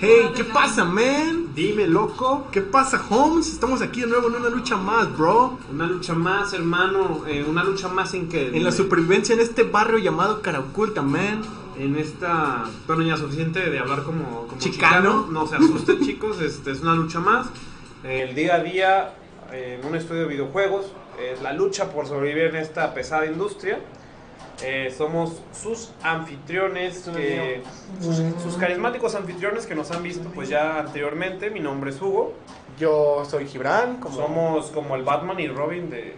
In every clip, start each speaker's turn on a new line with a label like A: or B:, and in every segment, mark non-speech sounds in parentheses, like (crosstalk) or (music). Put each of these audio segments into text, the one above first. A: Hey, ¿qué pasa, man?
B: Dime, loco.
A: ¿Qué pasa, Holmes? Estamos aquí de nuevo en una lucha más, bro.
B: Una lucha más, hermano. eh, una lucha más en que.
A: En la supervivencia en este barrio llamado Caraculta, man.
B: En esta. Bueno, ya suficiente de hablar como. como
A: Chicano.
B: No se asusten, (laughs) chicos. Este, es una lucha más. Eh, El día a día eh, en un estudio de videojuegos. Es la lucha por sobrevivir en esta pesada industria. Eh, somos sus anfitriones, que- sus, sus carismáticos anfitriones que nos han visto pues ya anteriormente. Mi nombre es Hugo.
C: Yo soy Gibran, como...
B: Somos como el Batman y Robin de,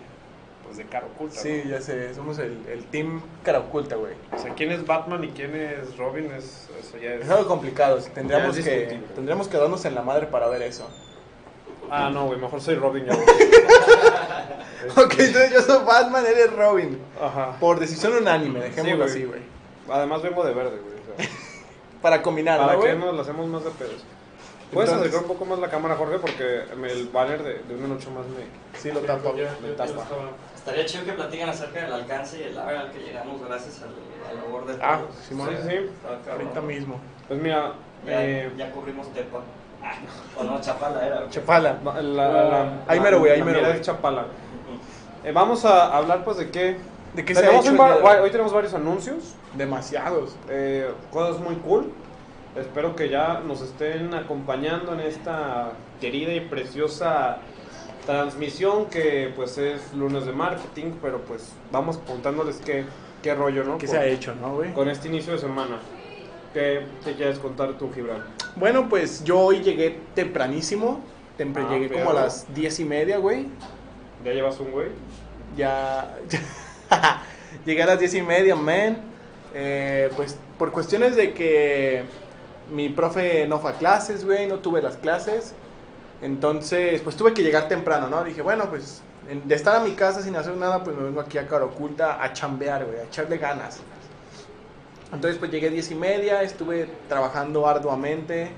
B: pues de Cara Oculta.
C: Sí, ya sé, somos el, el team cara oculta, güey.
B: ¿no? O sea, quién es Batman y quién es Robin, es, eso ya
C: Es
B: es...
C: algo complicado, sí, tendríamos
B: Ya es
C: que,
B: discutible.
C: tendríamos que darnos en la madre para ver eso.
B: Ah, no, güey, mejor soy Robin yo.
C: Ok, entonces yo soy Batman, eres Robin.
B: Ajá.
C: Por decisión unánime,
B: Sí,
C: dejémoslo
B: güey.
C: así, güey.
B: Además vengo de verde, güey.
C: (laughs)
B: o sea,
C: Para combinar,
B: para
C: ¿no,
B: que
C: güey?
B: nos la hacemos más de pedos. Puedes
C: Entonces-
B: acercar un poco más la cámara, Jorge, porque me- el banner de, de una noche más me,
C: Sí, lo tapo.
B: me tapa.
D: Estaría chido que platican acerca del alcance y el área al que llegamos gracias al, al labor de
B: Ah,
D: todos.
B: sí,
C: Simón.
B: sí.
C: Ahorita mismo.
B: Pues mira,
D: Ya,
B: eh,
D: ya cubrimos Tepa. O no, Chapala era.
C: Chapala.
B: No, la- la- la-
C: Ahí mero, güey, ahí
B: la
C: mero,
B: mira
C: güey.
B: es Chapala. Eh, vamos a hablar, pues, de qué.
C: ¿De qué se ha
B: tenemos
C: hecho
B: un
C: el
B: va-
C: día de hoy?
B: hoy tenemos varios anuncios,
C: Demasiados.
B: eh, cosas muy cool. Espero que ya nos estén acompañando en esta querida y preciosa transmisión que, pues, es lunes de marketing, pero, pues, vamos contándoles qué, qué rollo, ¿no?
C: ¿Qué
B: Con-
C: se ha hecho, no, güey?
B: Con este inicio de semana. ¿Qué te quieres contar tú, Gibran?
C: Bueno, pues yo hoy llegué tempranísimo. Tempr-
B: Ah,
C: llegué como a
B: perro.
C: las diez y media, güey.
B: ¿Ya llevas un güey?
C: Ya. (laughs) Llegué a las diez y media, man. Eh, pues por cuestiones de que mi profe no fue a clases, güey, no tuve las clases. Entonces, pues tuve que llegar temprano, ¿no? Dije, bueno, pues en- de estar a mi casa sin hacer nada, pues me vengo aquí a cara oculta a chambear, güey, a echarle ganas. Entonces, pues llegué a diez y media, estuve trabajando arduamente,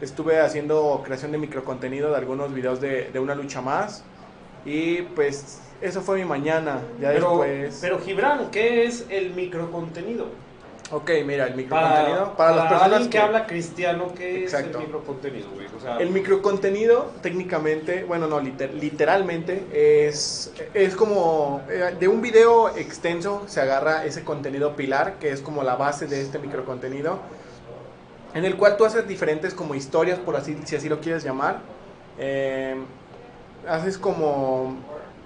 C: estuve haciendo creación de microcontenido de algunos videos de, de una lucha más. Y pues eso fue mi mañana, ya
B: pero,
C: después...
B: pero, Gibran, ¿qué es el microcontenido?
C: Ok, mira, el microcontenido.
B: Para,
C: Para, las personas
B: alguien que, habla cristiano, ¿qué es
C: Exacto.
B: el microcontenido, güey? O sea,
C: El microcontenido, técnicamente, bueno, no, liter- literalmente, es, Pues, es como. eh, de un video extenso se agarra ese contenido pilar, que es como la base de este microcontenido, en el cual tú haces diferentes, como historias, por así, si así lo quieres llamar. Eh, haces como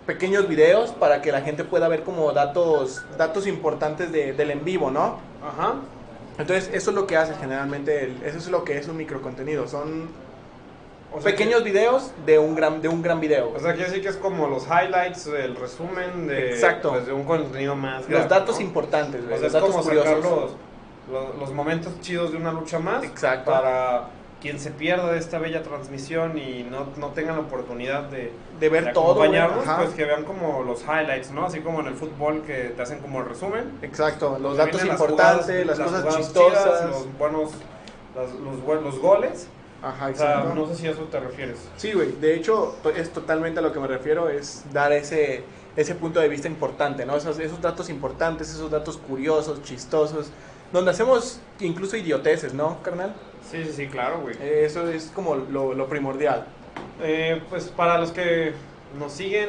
C: pequeños videos para que la gente pueda ver como datos, datos importantes de- del en vivo, ¿no?
B: Ajá.
C: Entonces, eso es lo que hace generalmente, el- eso es lo que es un microcontenido. Son
B: O sea,
C: pequeños videos de un gran, de un gran video.
B: que- o sea, quiere decir que es como los highlights, el resumen de,
C: Exacto.
B: pues, de un contenido más grande.
C: los datos
B: ¿no?
C: importantes, güey,
B: O sea,
C: los
B: es
C: datos
B: como sacar
C: curiosos.
B: los, los, los momentos chidos de una lucha más.
C: Exacto.
B: Para quien se pierda de esta bella transmisión y no, no tenga la oportunidad de,
C: De ver
B: de
C: todo. güey,
B: acompañarnos,
C: ajá.
B: pues que vean como los highlights, ¿no? Así como en el fútbol que te hacen como el resumen.
C: Exacto, los
B: Vienen
C: datos
B: las
C: importantes,
B: jugadas-
C: las, cosas
B: jugadas
C: chistosas.
B: chidas, los buenos, las- los, buen- los goles.
C: Ajá,
B: O sea,
C: exacto.
B: no sé si a eso te refieres.
C: Sí, güey, de hecho, to- es totalmente a lo que me refiero, es dar ese, ese punto de vista importante, ¿no? Esos, esos datos importantes, esos datos curiosos, chistosos, donde hacemos incluso idioteces, ¿no, carnal?
B: Sí, sí, sí, claro, güey.
C: Eh, Eso es como lo, lo primordial.
B: Eh, pues para los que nos siguen,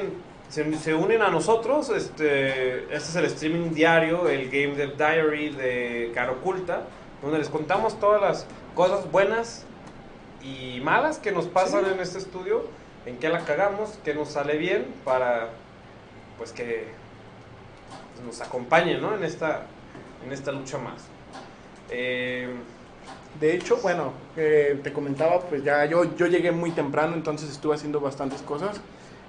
B: se, se unen a nosotros, este, este es el streaming diario, el Game Dev Diary de Cara Oculta, donde les contamos todas las cosas buenas y malas que nos pasan en este estudio, en qué la cagamos, qué nos sale bien, para pues que pues, nos acompañen ¿no? en, esta, en esta lucha más. Eh,
C: De hecho, bueno, eh, te comentaba, pues ya yo, yo llegué muy temprano, entonces estuve haciendo bastantes cosas.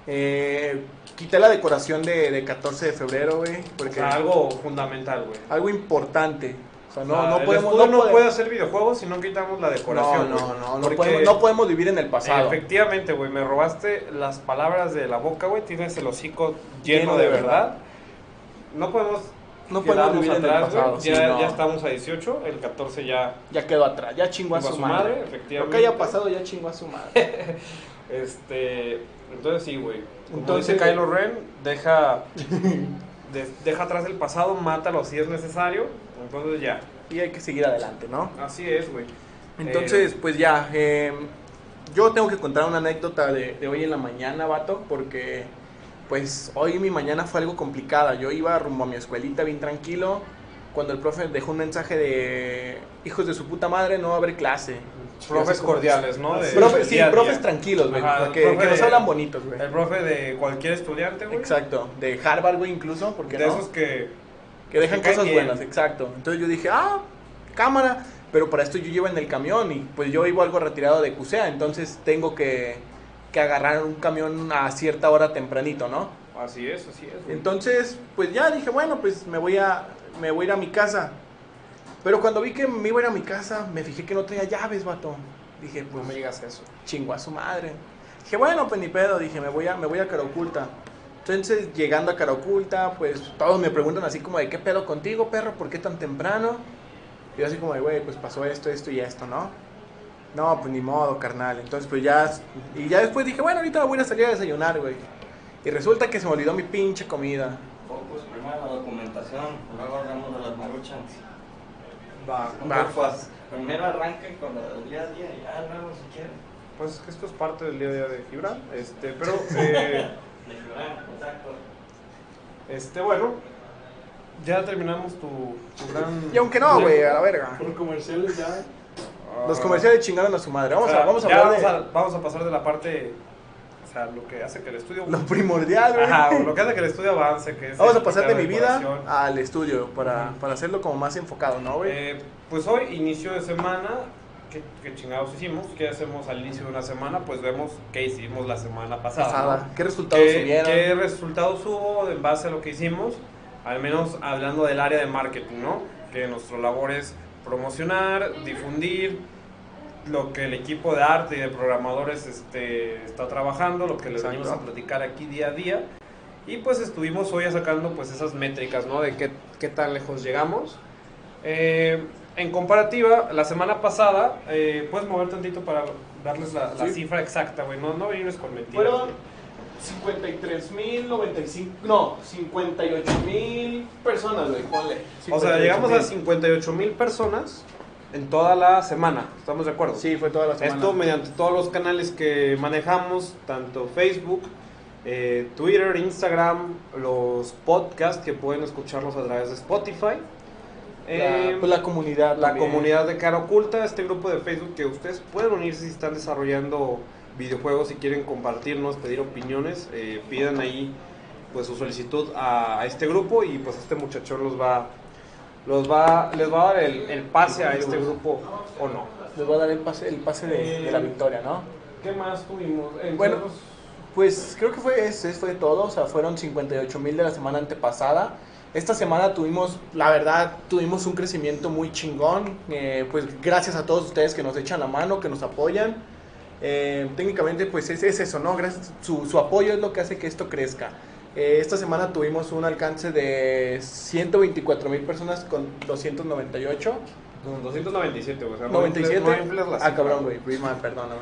C: Eh, quité la decoración de, de 14 de febrero, güey,
B: o
C: porque
B: sea, algo fundamental, güey.
C: algo importante. O sea, no,
B: No,
C: no podemos...
B: Ah, no,
C: pode-
B: puede hacer videojuegos si no quitamos la
C: no,
B: decoración.
C: no,
B: güey.
C: no, no
B: Porque,
C: podemos, no podemos vivir en el
B: eh,
C: pasado.
B: Efectivamente, güey, me robaste las palabras de la boca, güey. Tienes el hocico lleno,
C: Lleno
B: de
C: de
B: verdad. No podemos.
C: No podemos
B: quedarnos
C: vivir en el
B: atrás,
C: pasado.
B: güey.
C: sí,
B: ya,
C: no.
B: ya estamos a 18, el 14 ya.
C: Ya quedó atrás, ya chingó a
B: chingó
C: su madre. Lo
B: efectivamente.
C: que haya pasado ya chingó a su madre.
B: Este, entonces sí, güey. Entonces
C: Entonces-
B: Kylo Ren deja, de- deja atrás el pasado, mátalo si es necesario. Entonces ya.
C: y hay que seguir adelante, ¿no?
B: Así es, güey.
C: Entonces, pues ya, eh, yo tengo que contar una anécdota de, de hoy en la mañana, vato, porque pues hoy mi mañana fue algo complicada. Yo iba rumbo a mi escuelita bien tranquilo cuando el profe dejó un mensaje de hijos de su puta madre, no va a haber clase.
B: Profes cordiales, ¿no? De-
C: Profes, sí,
B: día a día.
C: profes tranquilos, güey,
B: Ajá,
C: o sea, que,
B: profe
C: que nos
B: de-
C: hablan bonitos, güey.
B: El profe de cualquier estudiante, güey.
C: Exacto, de Harvard, güey, incluso, porque
B: De
C: no?
B: esos que.
C: Que dejan
B: Que caen
C: cosas
B: bien.
C: buenas, exacto. Entonces yo dije, ah, cámara. Pero para esto yo llevo en el camión y pues yo vivo algo retirado de Cusea, entonces tengo que, que agarrar un camión a cierta hora tempranito, ¿no?
B: Así es, así es. güey.
C: Entonces, pues ya dije, bueno, pues me voy a, me voy a ir a mi casa. Pero cuando vi que me iba a ir a mi casa, me fijé que no traía llaves, vato. Dije, pues me
B: digas eso.
C: chingó a su madre. Dije, bueno, pues ni pedo, dije, me voy a, me voy a Cara Oculta. Entonces, llegando a Cara Oculta, pues todos me preguntan así como de, ¿qué pedo contigo, perro? ¿Por qué tan temprano? Y yo así como de, güey, pues pasó esto, esto y esto, ¿no? No, pues ni modo, carnal. Entonces, pues ya, y ya después dije, bueno, ahorita voy a ir a salir a desayunar, güey. Y resulta que se me olvidó mi pinche comida.
D: Focus primero en la documentación, luego hablamos de las maruchans.
B: Va.
D: Un
C: Va.
D: poco as- Primero arranquen con la del día a día y ya luego si quieren.
B: Pues es que esto es parte del día a día de Gibran. Este,
C: (laughs)
B: pero. eh,
D: De Gibran, exacto.
B: este, bueno. Ya terminamos tu, tu gran.
C: Y aunque no, güey, a la verga.
E: Por comerciales ya.
B: Ah.
C: Los comerciales chingaron a su madre. Vamos
B: O sea,
C: a, vamos a
B: ya
C: hablar de
B: vamos a- vamos a pasar de la parte. O sea, lo que hace que el estudio.
C: lo primordial,
B: (laughs)
C: güey.
B: Ajá, lo que hace que el estudio avance. Que es
C: Vamos a
B: el-
C: pasar de
B: la
C: mi vida
B: decoración.
C: al estudio para,
B: Ujú.
C: para hacerlo como más enfocado, ¿no, güey?
B: Eh, pues hoy, inicio de semana, ¿qué, qué chingados hicimos? ¿Qué hacemos al inicio de una semana? Pues vemos qué hicimos la semana pasada.
C: Pasada.
B: ¿no?
C: ¿Qué resultados
B: ¿Qué,
C: tuvieron?
B: qué resultados hubo en base a lo que hicimos? Al menos hablando del área de marketing, ¿no? Que nuestra labor es promocionar, difundir lo que el equipo de arte y de programadores este, está trabajando, lo que les
C: Exacto.
B: venimos a platicar aquí día a día. Y pues estuvimos hoy sacando pues esas métricas, ¿no? De qué, qué tan lejos llegamos. Eh, en comparativa, la semana pasada, eh, puedes mover tantito para darles la, la
C: Sí.
B: cifra exacta, güey. No, no venimos con mentiras.
C: Fueron
B: güey.
C: 53.095, no, 58.000 personas, güey, ponle.
B: O sea, llegamos a
C: 58,000.
B: 58 mil personas en toda la semana. ¿Estamos de acuerdo?
C: Sí, fue toda la semana.
B: Esto mediante todos los canales que manejamos, tanto Facebook, eh, Twitter, Instagram, los podcasts que pueden escucharlos a través de Spotify.
C: la,
B: Eh,
C: pues, la comunidad.
B: la
C: también.
B: comunidad de Cara Oculta, este grupo de Facebook que ustedes pueden unirse si están desarrollando videojuegos, si quieren compartirnos, pedir opiniones, eh, pidan ahí pues su solicitud a, a este grupo y pues este muchachón los va los va les va a dar el, el pase a este grupo o no.
C: Les voy a dar el pase, el pase de, de la
B: Eh,
C: victoria, ¿no?
B: ¿Qué más tuvimos?
C: Bueno, Pues creo que fue eso, eso fue todo. O sea, fueron 58 mil de la semana antepasada. Esta semana tuvimos, la verdad, tuvimos un crecimiento muy chingón. eh, pues gracias a todos ustedes que nos echan la mano, que nos apoyan. Eh, técnicamente, pues es, es eso, ¿no? Gracias, su, su apoyo es lo que hace que esto crezca. Eh, esta semana tuvimos un alcance de 124 mil personas con 298.
B: 297, güey, o sea, no infles-
C: 97.
B: no infles la
C: ah,
B: cifra.
C: cabrón, güey. Luis Mal, perdóname.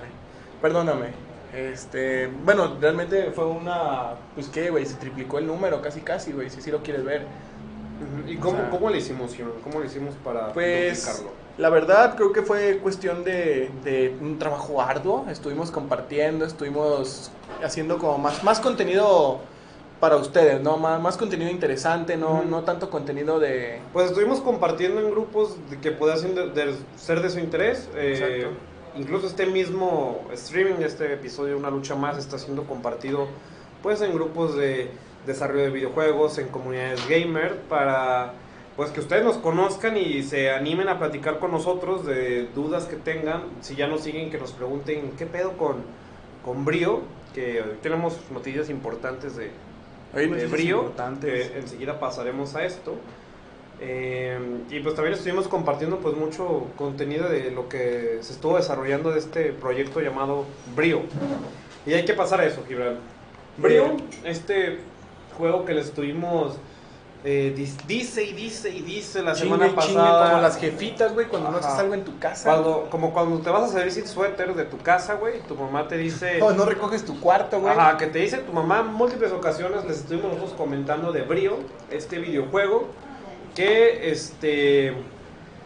C: Perdóname. Este, bueno, realmente fue una. Pues qué, güey, se triplicó el número casi, casi, güey. Si sí lo quieres ver.
B: Ah, Ujú, ¿Y cómo,
C: O sea,
B: cómo le hicimos, Simón? ¿Cómo le hicimos para
C: Pues,
B: duplicarlo?
C: la verdad, creo que fue cuestión de, de un trabajo arduo. Estuvimos compartiendo, estuvimos haciendo como más, más contenido para ustedes, ¿no? Más, más contenido interesante, no,
B: Ujú.
C: no tanto contenido de.
B: Pues estuvimos compartiendo en grupos de- que podían ser de, de- ser de su interés. eh,
C: Exacto.
B: incluso este mismo streaming de este episodio, Una Lucha Más, está siendo compartido pues en grupos de desarrollo de videojuegos, en comunidades gamer, para pues que ustedes nos conozcan y se animen a platicar con nosotros de dudas que tengan. Si ya nos siguen, que nos pregunten qué pedo con, con Brío, que hoy tenemos noticias importantes de,
C: Oye,
B: de
C: noticias
B: brío,
C: importantes.
B: que enseguida pasaremos a esto. Eh, y pues también estuvimos compartiendo pues mucho contenido de lo que se estuvo desarrollando de este proyecto llamado Brío. Y hay que pasar a eso, Gibran. Brío, este juego que le estuvimos eh, dis- dice y dice y dice la
C: Chingue,
B: semana
C: chingue,
B: pasada.
C: como las jefitas, güey, cuando no
B: Ajá.
C: haces algo en tu casa.
B: Cuando- como cuando te vas a salir sin suéter de tu casa, güey, y tu mamá te dice...
C: (laughs) No, no recoges tu cuarto, güey.
B: Ajá, que te dice tu mamá en múltiples ocasiones, les estuvimos nosotros comentando de Brío, este videojuego, que este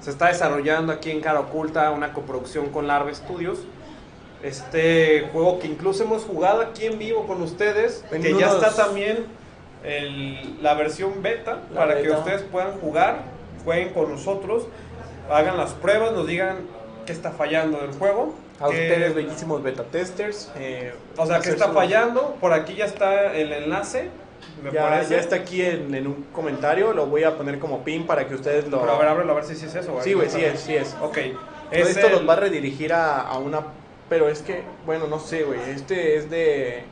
B: Se está desarrollando aquí en Cara Oculta una coproducción con Larva Studios. Este juego que incluso hemos jugado aquí en vivo con ustedes,
C: En
B: que ya
C: unos-
B: está también el- la versión beta
C: La
B: para que
C: beta.
B: ustedes puedan jugar, jueguen con nosotros, hagan las pruebas, nos digan qué está fallando del juego.
C: A
B: qué-
C: ustedes, bellísimos beta testers. eh,
B: o sea, que
C: hacer
B: está
C: su-
B: fallando. Por aquí ya está el enlace. Me
C: Ya,
B: parece.
C: ya está aquí en, en un comentario, lo voy a poner como pin para que ustedes lo...
B: Pero a ver, ábrelo a ver si sí es eso. güey.
C: sí, güey, sí es, sí es.
B: Ok.
C: Pero
B: Es
C: esto los
B: el-
C: va a redirigir a, a una... Pero es que, bueno, no sé, güey. Este es de...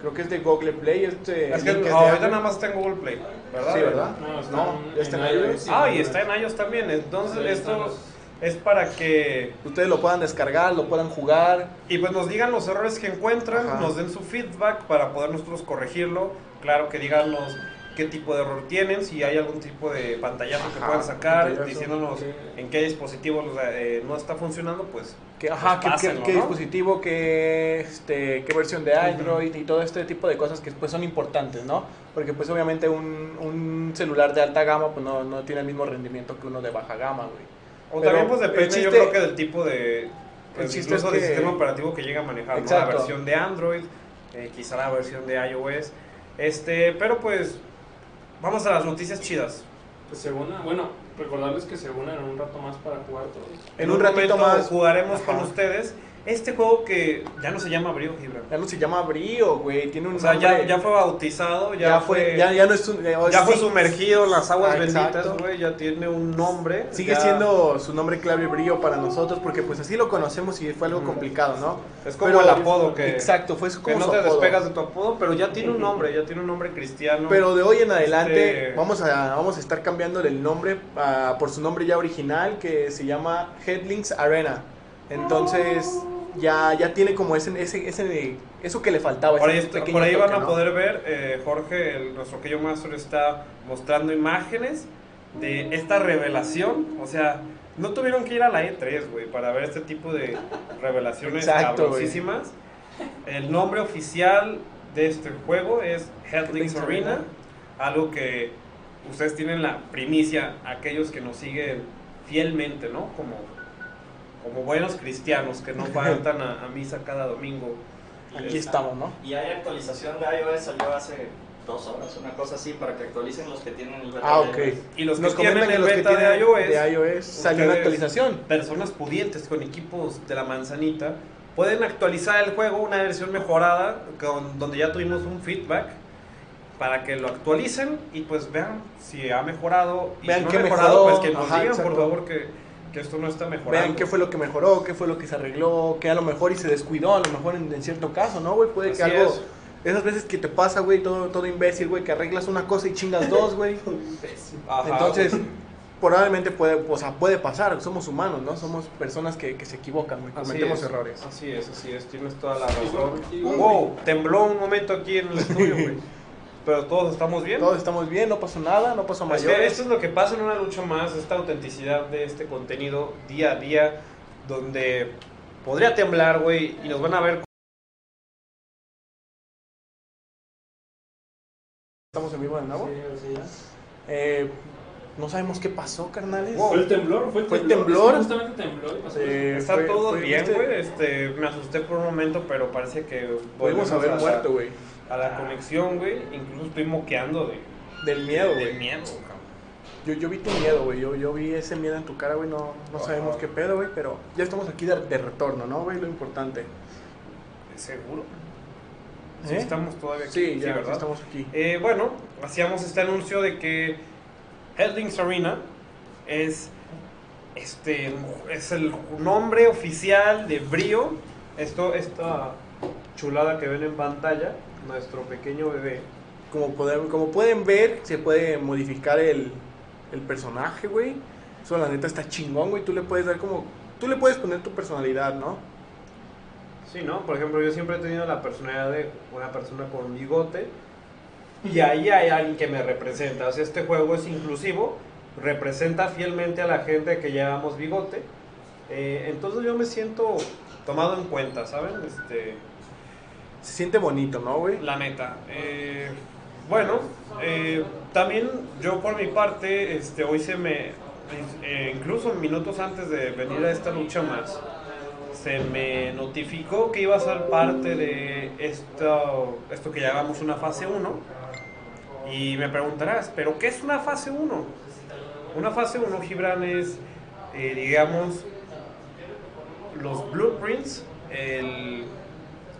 C: Creo que es de Google Play. Este
B: Es que
C: link es de
B: ahorita
C: Apple.
B: nada más está en Google Play, ¿verdad?
C: Sí, ¿verdad?
E: No, está
C: No,
E: en-
C: ya está en
E: en
C: iOS.
E: iOS.
B: Ah, y está en iOS también. Entonces,
E: Ahí
B: esto
E: estamos.
B: es para que.
C: Ustedes lo puedan descargar, lo puedan jugar.
B: Y pues nos digan los errores que encuentran,
C: Ajá.
B: nos den su feedback para poder nosotros corregirlo. Claro que díganos qué tipo de error tienen, si hay algún tipo de pantallazo que
C: Ajá,
B: puedan sacar,
C: pantallazo,
B: diciéndonos
C: sí.
B: en qué dispositivo eh, no está funcionando, pues
C: Que, ajá, qué- qué,
B: pásenlo,
C: qué
B: ¿no?
C: dispositivo, qué, este, qué versión de Android y todo este tipo de cosas que pues, son importantes, ¿no? Porque pues obviamente un, un celular de alta gama pues no, no tiene el mismo rendimiento que uno de baja gama, güey.
B: O
C: Pero
B: también pues depende
C: el chiste-
B: yo creo que del tipo de
C: el
B: pues,
C: chiste
B: incluso
C: es
B: del
C: que-
B: sistema operativo que llega a manejar, ¿no? la
C: Exacto.
B: versión de Android, eh, quizá la versión de iOS. Este, pero pues vamos a las noticias chidas.
E: Pues se una, bueno, recordarles que se unan en un rato más para jugar todos.
C: En un ratito
B: momento
C: más-
B: jugaremos con
C: Ajá.
B: ustedes este juego que ya no se llama Brio Gibran.
C: Ya no se llama Brío, güey. Tiene un
B: O sea, ya,
C: nombre-
B: ya fue bautizado, ya,
C: ya, fue, ya, ya no es un... ya-
B: ya fue
C: sí,
B: sumergido en las aguas
C: Ah,
B: benditas,
C: exacto.
B: güey, ya tiene un nombre.
C: Sigue
B: ya-
C: siendo su nombre clave Brío para nosotros porque pues así lo conocemos y fue algo complicado, ¿no?
B: es como
C: Pero-
B: el apodo que
C: Exacto, fue su-
B: que
C: como
B: no te
C: su apodo.
B: despegas de tu apodo, pero ya tiene un nombre, ya tiene un nombre cristiano.
C: Pero de hoy en adelante
B: Este-
C: vamos, a, vamos a estar cambiándole el nombre ah, por su nombre ya original que se llama Headlinks Arena. Entonces ya, ya tiene como ese, ese, ese- eso que le faltaba.
B: Por
C: ese
B: ahí, está-
C: pequeño
B: por ahí van
C: toque,
B: a
C: ¿no?
B: poder ver, eh, Jorge, el- nuestro Keyo Master está mostrando imágenes de esta revelación. O sea, no tuvieron que ir a la E3, güey, para ver este tipo de revelaciones
C: Exacto, güey.
B: cabrosísimas. El nombre oficial de este juego es Headlings
C: Headlings Arena.
B: Arena, algo que ustedes tienen la primicia, aquellos que nos siguen fielmente, ¿no? Como, como buenos cristianos
C: (laughs)
B: que no faltan a, a misa cada domingo.
C: Aquí estamos, ¿no?
D: Y hay actualización de iOS, salió hace dos horas, una cosa así, para que actualicen los que tienen el beta
C: Ah,
D: de
C: ok.
D: iOS.
B: Y los
C: Nos
B: que tienen
C: comentan que
B: el
C: los que
B: beta de
C: tienen
B: iOS,
C: de iOS salió una
B: ustedes-
C: actualización.
B: personas pudientes con equipos de la manzanita, pueden actualizar el juego, una versión mejorada, con, donde ya tuvimos un feedback, para que lo actualicen y pues vean si ha mejorado. Y
C: Vean
B: si no
C: qué
B: ha mejorado,
C: mejoró.
B: pues que nos
C: Ajá,
B: digan,
C: exacto.
B: por favor, que, que esto no está mejorando.
C: Vean qué fue lo que mejoró, qué fue lo que se arregló, que a lo mejor y se descuidó, a lo mejor en, en cierto caso, ¿no, güey? Puede que
B: Así
C: algo...
B: es.
C: Esas veces que te pasa, güey, todo, todo imbécil, güey, que arreglas una cosa y chingas dos, güey.
B: (laughs) Ajá,
C: Entonces, probablemente puede, o sea, puede pasar, somos humanos, ¿no? Somos personas que, que se equivocan, güey,
B: Así
C: cometemos
B: es,
C: errores.
B: Así es, así es, tienes toda la razón.
E: Igual-
B: Wow, tembló un momento aquí en el estudio, güey. Pero todos estamos bien.
C: Todos estamos bien, no pasó nada, no pasó
B: Es que
C: mayores.
B: esto es lo que pasa en una lucha más, esta autenticidad de este contenido día a día, donde podría temblar, güey, y nos van a ver
C: Estamos en vivo de nuevo. Eh, no sabemos qué pasó, carnales.
B: Wow.
E: ¿Fue el temblor? ¿Fue el
C: ¿Fue el temblor?
E: temblor? Es que justamente temblor y pasó
C: Eh,
B: está
C: fue-
B: todo
C: fue-
B: bien,
C: este-
B: güey. Este, me asusté por un momento, pero parece que volvemos
C: Pudimos haber
B: a la-
C: muerto, güey.
B: A la conexión, güey, incluso estoy moqueando de,
C: Del miedo,
B: de
C: güey.
B: miedo, cabrón.
C: Yo, yo vi tu miedo, güey. Yo, yo vi ese miedo en tu cara, güey. No, no
B: Ajá.
C: sabemos qué pedo, güey. Pero ya estamos aquí de, de retorno, ¿no, güey? Lo importante.
B: Seguro. Sí,
C: ¿Eh?
B: estamos todavía aquí.
C: Sí, ya
B: ¿verdad?
C: estamos aquí.
B: Eh, bueno, hacíamos este anuncio de que Headlings Arena es, este, es el nombre oficial de Brio. Esto, esta chulada que ven en pantalla, nuestro pequeño bebé.
C: Como, poder- como pueden ver, se puede modificar el, el personaje, güey. Eso la neta está chingón, güey. Tú le puedes dar como... Tú le puedes poner tu personalidad, ¿no?
B: Sí, ¿no? Por ejemplo, yo siempre he tenido la personalidad de una persona con bigote y ahí hay alguien que me representa. O sea, este juego es inclusivo, representa fielmente a la gente que llevamos bigote. Eh, entonces yo me siento tomado en cuenta, ¿saben? Este,
C: Se siente bonito, ¿no, güey?
B: la neta. Eh, bueno, eh, también yo por mi parte, este, hoy se me eh, incluso minutos antes de venir a esta lucha más, se me notificó que iba a ser parte de esto, esto que llamamos una fase 1. Y me preguntarás, ¿pero qué es una fase 1? Una fase 1, Gibran, es, eh, digamos, los blueprints, el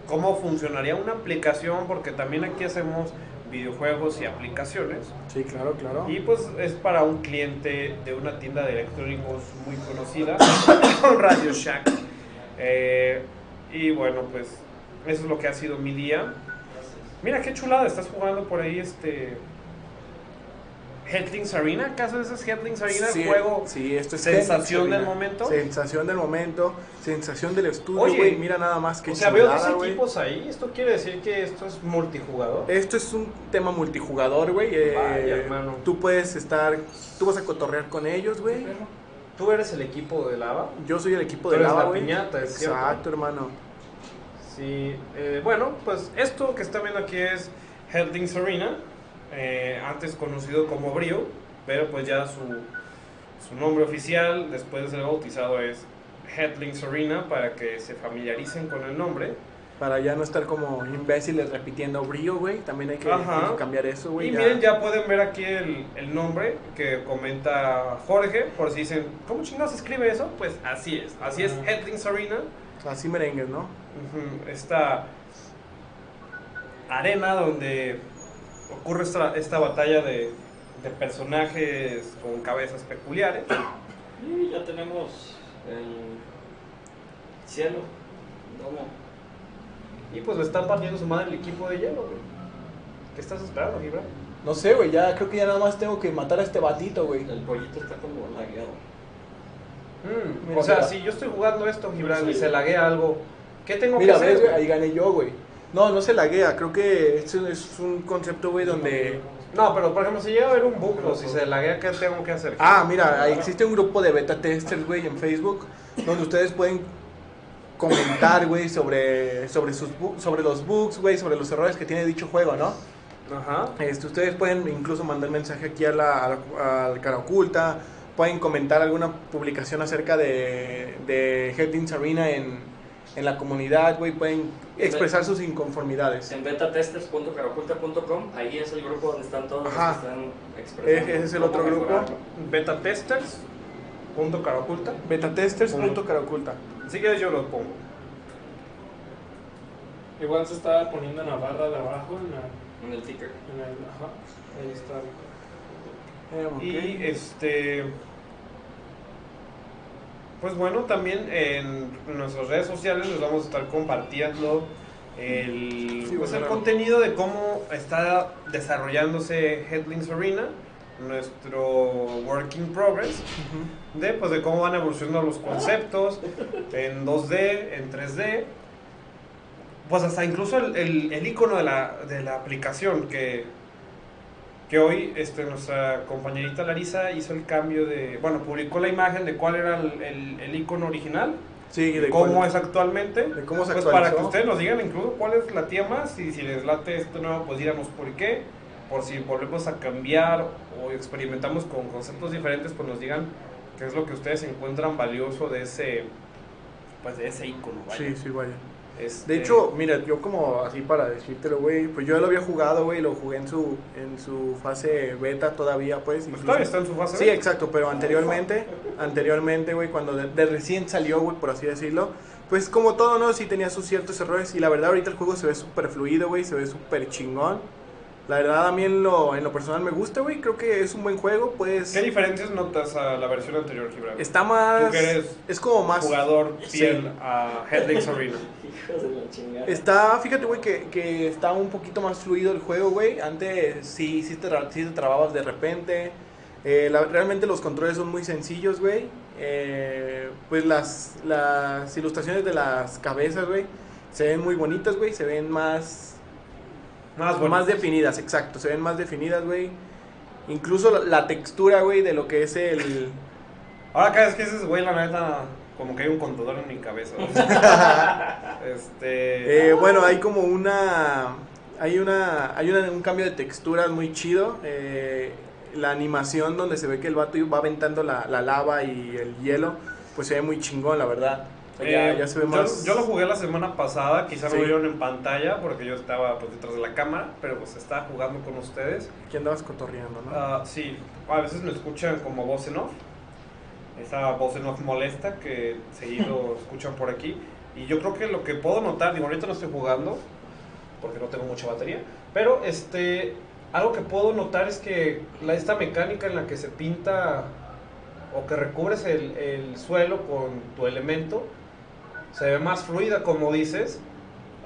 B: cómo funcionaría una aplicación, porque también aquí hacemos videojuegos y aplicaciones.
C: Sí, claro, claro.
B: Y pues es para un cliente de una tienda de electrónicos muy conocida, (coughs) Radio Shack. Eh, y bueno, pues eso es lo que ha sido mi día. Mira qué chulada, estás jugando por ahí este. Headlings Arena, ¿acaso ese es Headlings Arena
C: Sí,
B: el juego?
C: sí, esto es
B: sensación
C: Headlings
B: del
C: Arena.
B: momento.
C: Sensación del momento, sensación del estudio,
B: Oye,
C: güey. Mira nada más que
B: o sea, veo 10
C: chulada, güey.
B: equipos ahí, esto quiere decir que esto es multijugador.
C: Esto es un tema multijugador, güey. eh,
B: Vaya, hermano.
C: tú puedes estar, tú vas a cotorrear con ellos, güey.
B: Tú eres el equipo de lava.
C: Yo soy el equipo
B: Tú
C: de
B: eres
C: lava,
B: la
C: güey.
B: piñata, es cierto.
C: Exacto, hermano.
B: Sí, eh, bueno, pues esto que está viendo aquí es Headlings Arena, eh, antes conocido como Brio, pero pues ya su, su nombre oficial después de ser bautizado es Headlings Arena para que se familiaricen con el nombre.
C: Para ya no estar como imbéciles repitiendo brío, güey. También hay que,
B: Ajá.
C: hay que cambiar eso, güey.
B: y miren, ya pueden ver aquí el, el nombre que comenta Jorge, por si dicen, ¿cómo chingados se escribe eso? Pues así es, así es Headlings Arena.
C: Así merengues, ¿no?
B: Ujú, esta arena donde ocurre esta, esta batalla de, de personajes con cabezas peculiares.
D: Y Mm, ya tenemos el cielo, domo.
B: Y pues le están partiendo su madre el equipo de hielo, güey. ¿Qué estás esperando, Gibran?
C: No sé, güey. Ya creo que ya nada más tengo que matar a este batito, güey.
D: El pollito está como lagueado.
B: Mm,
C: Mira,
B: o sea,
C: mira.
B: si yo estoy jugando esto, Gibran,
D: Sí.
B: y se laguea algo, ¿qué tengo
C: Mira,
B: que hacer?
C: ves, güey.
B: güey?
C: Ahí gané yo, güey. No, no se laguea. Creo que es, es un concepto, güey, donde.
B: No, pero por ejemplo, si llega a haber un bucle, o si se laguea, ¿qué tengo que hacer?
C: pues- Ah, mira, ahí existe un grupo de beta testers, güey, en Facebook, donde ustedes pueden comentar, güey, sobre, sobre, sus bu- sobre los bugs, güey, sobre los errores que tiene dicho juego, ¿no?
B: Ajá.
C: Este, ustedes pueden incluso mandar mensaje aquí a la, a la- al cara oculta, pueden comentar alguna publicación acerca de, de Headings Arena en, en la comunidad, güey, pueden expresar sus inconformidades.
D: En betatesters.caraculta.com, ahí es el grupo donde están todos
C: Ajá. E-,
D: los que están expresando.
C: Ese es el
D: cómo
C: otro grupo,
D: mejorarlo.
B: Beta testers. Punto cara oculta.
C: betatesters.caraoculta.
B: Si quieres, yo lo pongo.
E: Igual se estaba poniendo en la barra de abajo, en la.
D: En el ticker. (laughs)
E: En el ajá, ahí está.
C: Eh, ok.
B: Y este. Pues bueno, también en nuestras redes sociales les vamos a estar compartiendo el,
C: Sí,
B: pues,
C: bueno,
B: el
C: claro.
B: contenido de cómo está desarrollándose Headlings Arena, nuestro work in progress,
C: Ujú.
B: de, pues, de cómo van evolucionando los conceptos en 2D, en 3D, pues hasta incluso el, el, el icono de la, de la aplicación que, que hoy este, nuestra compañerita Larisa hizo el cambio de, bueno, publicó la imagen de cuál era el, el, el icono original,
C: Sí, de
B: cómo
C: cuál-
B: es actualmente,
C: de cómo se
B: pues para que
C: actualizó.
B: ustedes nos digan incluso cuál es la tía más y si les late esto nuevo, pues díganos por qué, por si volvemos a cambiar o experimentamos con conceptos diferentes, pues nos digan qué es lo que ustedes encuentran valioso de ese, pues de ese icono. vaya.
C: Sí, sí, vaya.
B: Este,
C: De hecho, mira, yo como así para decírtelo, güey, pues yo lo había jugado, güey, lo jugué en su, en su fase beta todavía, pues.
B: pues
C: incluso.
B: todavía está ¿eh? en su fase.
C: Sí, exacto, pero anteriormente, anteriormente, güey, cuando de, de recién salió, güey, por así decirlo, pues como todo, ¿no? Sí tenía sus ciertos errores y la verdad ahorita el juego se ve súper fluido, güey, se ve súper chingón. La verdad a mí en lo, en lo personal me gusta, güey, creo que es un buen juego, pues...
B: ¿Qué diferencias notas a la versión anterior, Gibran?
C: Está más...
B: Tú que eres
C: es como más...
B: jugador
C: Sí.
B: fiel a Headlings Arena.
D: Hijos de la chingada.
C: Está, fíjate, güey, que, que está un poquito más fluido el juego, güey. Antes sí, sí te, tra- sí te trababas de repente. Eh, la- realmente los controles son muy sencillos, güey. Eh, pues las, las ilustraciones de las cabezas, güey, se ven muy bonitas, güey. Se ven más,
B: Más bueno.
C: más definidas, exacto. Se ven más definidas, güey. Incluso la, la textura, güey, de lo que es el...
B: Ahora cada vez que dices, güey, la neta, como que hay un contador en mi cabeza. este.
C: Eh, bueno, hay como una. Hay una. Hay una- un cambio de texturas muy chido. eh, la animación donde se ve que el vato va aventando la, la lava y el hielo, pues se ve muy chingón, la verdad. O sea, ya,
B: Eh,
C: ya se ve
B: yo-
C: más.
B: Yo, lo jugué la semana pasada, quizá
C: Sí.
B: lo vieron en pantalla porque yo estaba pues, detrás de la cámara, pero pues estaba jugando con ustedes.
C: que andabas cotorreando, ¿no?
B: Ah, sí, a veces me escuchan como voz en off, esa voz en off molesta que seguido escuchan por aquí. Y yo creo que lo que puedo notar, digo, ahorita no estoy jugando porque no tengo mucha batería, pero este, algo que puedo notar es que la, esta mecánica en la que se pinta o que recubres el, el suelo con tu elemento se ve más fluida, como dices,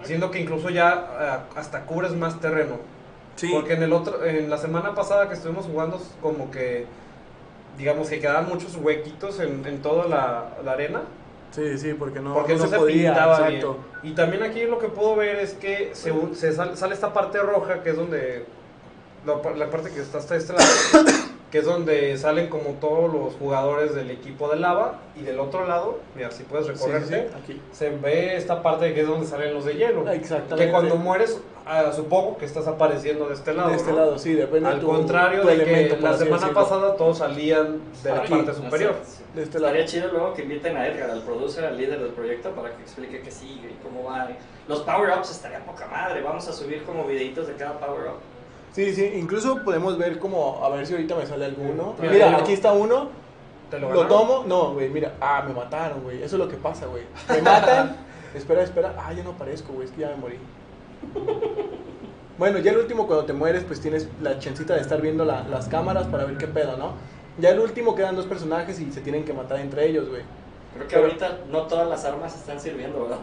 B: siendo que incluso ya ah, hasta cubres más terreno.
C: sí,
B: Porque en el otro, en la semana pasada que estuvimos jugando, como que, digamos que quedaban muchos huequitos en, en toda la, la arena,
C: sí, sí, porque no,
B: porque no, se,
C: podía,
B: pintaba
C: exacto.
B: bien. Y también aquí lo que puedo ver es que se, un- se sal- sale esta parte roja, que es donde, la, par- la parte que está hasta este lado, (coughs) que es donde salen como todos los jugadores del equipo de lava, y del otro lado, mira, si puedes
C: Sí, sí, sí,
B: recorrerte,
C: aquí.
B: se ve esta parte que es donde salen los de hielo.
C: Exactamente.
B: Que cuando mueres, ah, supongo que estás apareciendo de este lado.
C: de este
B: ¿no?
C: lado, sí, depende
B: Al
C: tu-
B: contrario
C: tu
B: de
C: elemento,
B: que
C: por
B: la
C: así
B: semana
C: decirlo.
B: pasada todos salían de la
C: Aquí,
B: parte superior.
C: De este lado.
D: Estaría chido luego que inviten a Edgar, al producer, al líder del proyecto, para que explique qué sigue y cómo va. Los power-ups estaría poca madre. Vamos a subir como videitos de cada power-up.
C: Sí, sí, incluso podemos ver como, a ver si ahorita me sale alguno.
B: Mira,
C: Mira,
B: yo-
C: aquí está uno,
B: ¿Te lo,
C: lo
B: ganaron?
C: tomo, no, güey, mira, ah, me mataron, güey, eso es lo que pasa, güey.
B: (laughs)
C: Me matan, espera, espera, ah, yo no aparezco, güey, es que ya me morí. Bueno, ya el último cuando te mueres, pues tienes la chancita de estar viendo la- las cámaras para ver qué pedo, ¿no? Ya el último quedan dos personajes y se tienen que matar entre ellos, güey.
D: Creo que
C: Pero-
D: ahorita no todas las armas están sirviendo, ¿verdad?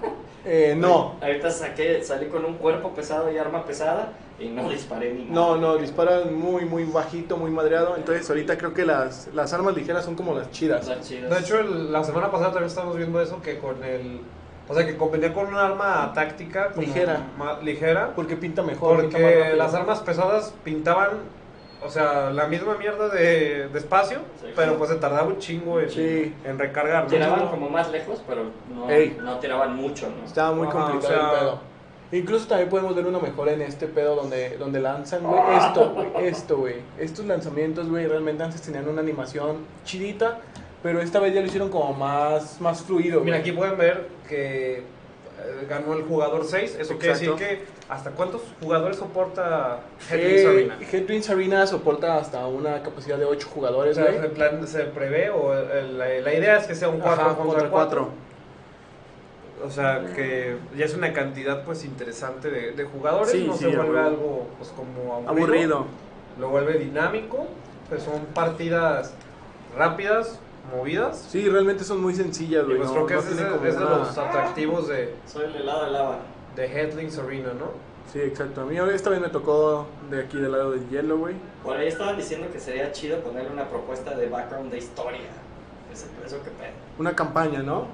C: Eh, no,
D: Ahorita saqué, salí con un cuerpo pesado y arma pesada y no disparé ni
C: No,
D: nada.
C: no, disparan muy, muy bajito, muy madreado. Entonces, ahorita creo que las, las armas ligeras son como las chidas.
D: Están chidas.
B: De hecho, el- la semana pasada también estábamos viendo eso, que con el... O sea, que convenía con un arma táctica. como
C: Ligera.
B: ma- ligera.
C: Porque pinta mejor. pinta más
B: Porque
C: rápido.
B: las armas pesadas pintaban, o sea, la misma mierda de, de espacio,
D: Sí.
B: pero pues se tardaba un chingo en,
C: Sí.
B: en recargar. ¿no?
D: tiraban como más lejos, pero no,
C: Ey.
D: no tiraban mucho, ¿no?
C: Estaba muy
B: Ajá,
C: complicado
B: o sea-
C: el pedo. Incluso también podemos ver uno mejor en este pedo donde, donde lanzan, güey. Esto, güey. Esto, güey. Estos lanzamientos, güey, realmente antes tenían una animación chidita. Pero esta vez ya lo hicieron como más, más fluido,
B: Mira,
C: güey.
B: aquí pueden ver que eh, ganó el jugador 6. Eso quiere decir
C: Exacto.
B: que hasta cuántos jugadores soporta Headless
C: Eh,
B: Arena.
C: Headwinds Arena soporta hasta una capacidad de 8
B: O
C: jugadores,
B: sea,
C: güey.
B: ¿se, plan- se prevé o el- la, la idea es que sea un 4
C: Ajá,
B: contra
C: contra
B: 4?
C: 4.
B: O sea, que ya es una cantidad pues interesante de, de jugadores,
C: Sí,
B: no
C: sí,
B: se vuelve
C: aburrido.
B: algo pues como aburrido,
C: Aburrido.
B: lo vuelve dinámico, pues son partidas rápidas, movidas,
C: Sí, realmente son muy sencillas,
B: y
C: güey.
B: pues
C: no-
B: creo que
C: no
B: ese es,
C: tienen como
B: es de
C: una-
B: los atractivos de,
D: Soy el helado de lava.
B: de Headlings Arena, ¿no?
C: Sí, exacto. A mí ahora esta vez me tocó de aquí del lado del hielo, güey.
D: Por ahí estaban diciendo que sería chido ponerle una propuesta de background de historia. Eso, eso que pedo.
C: Una campaña, ¿no?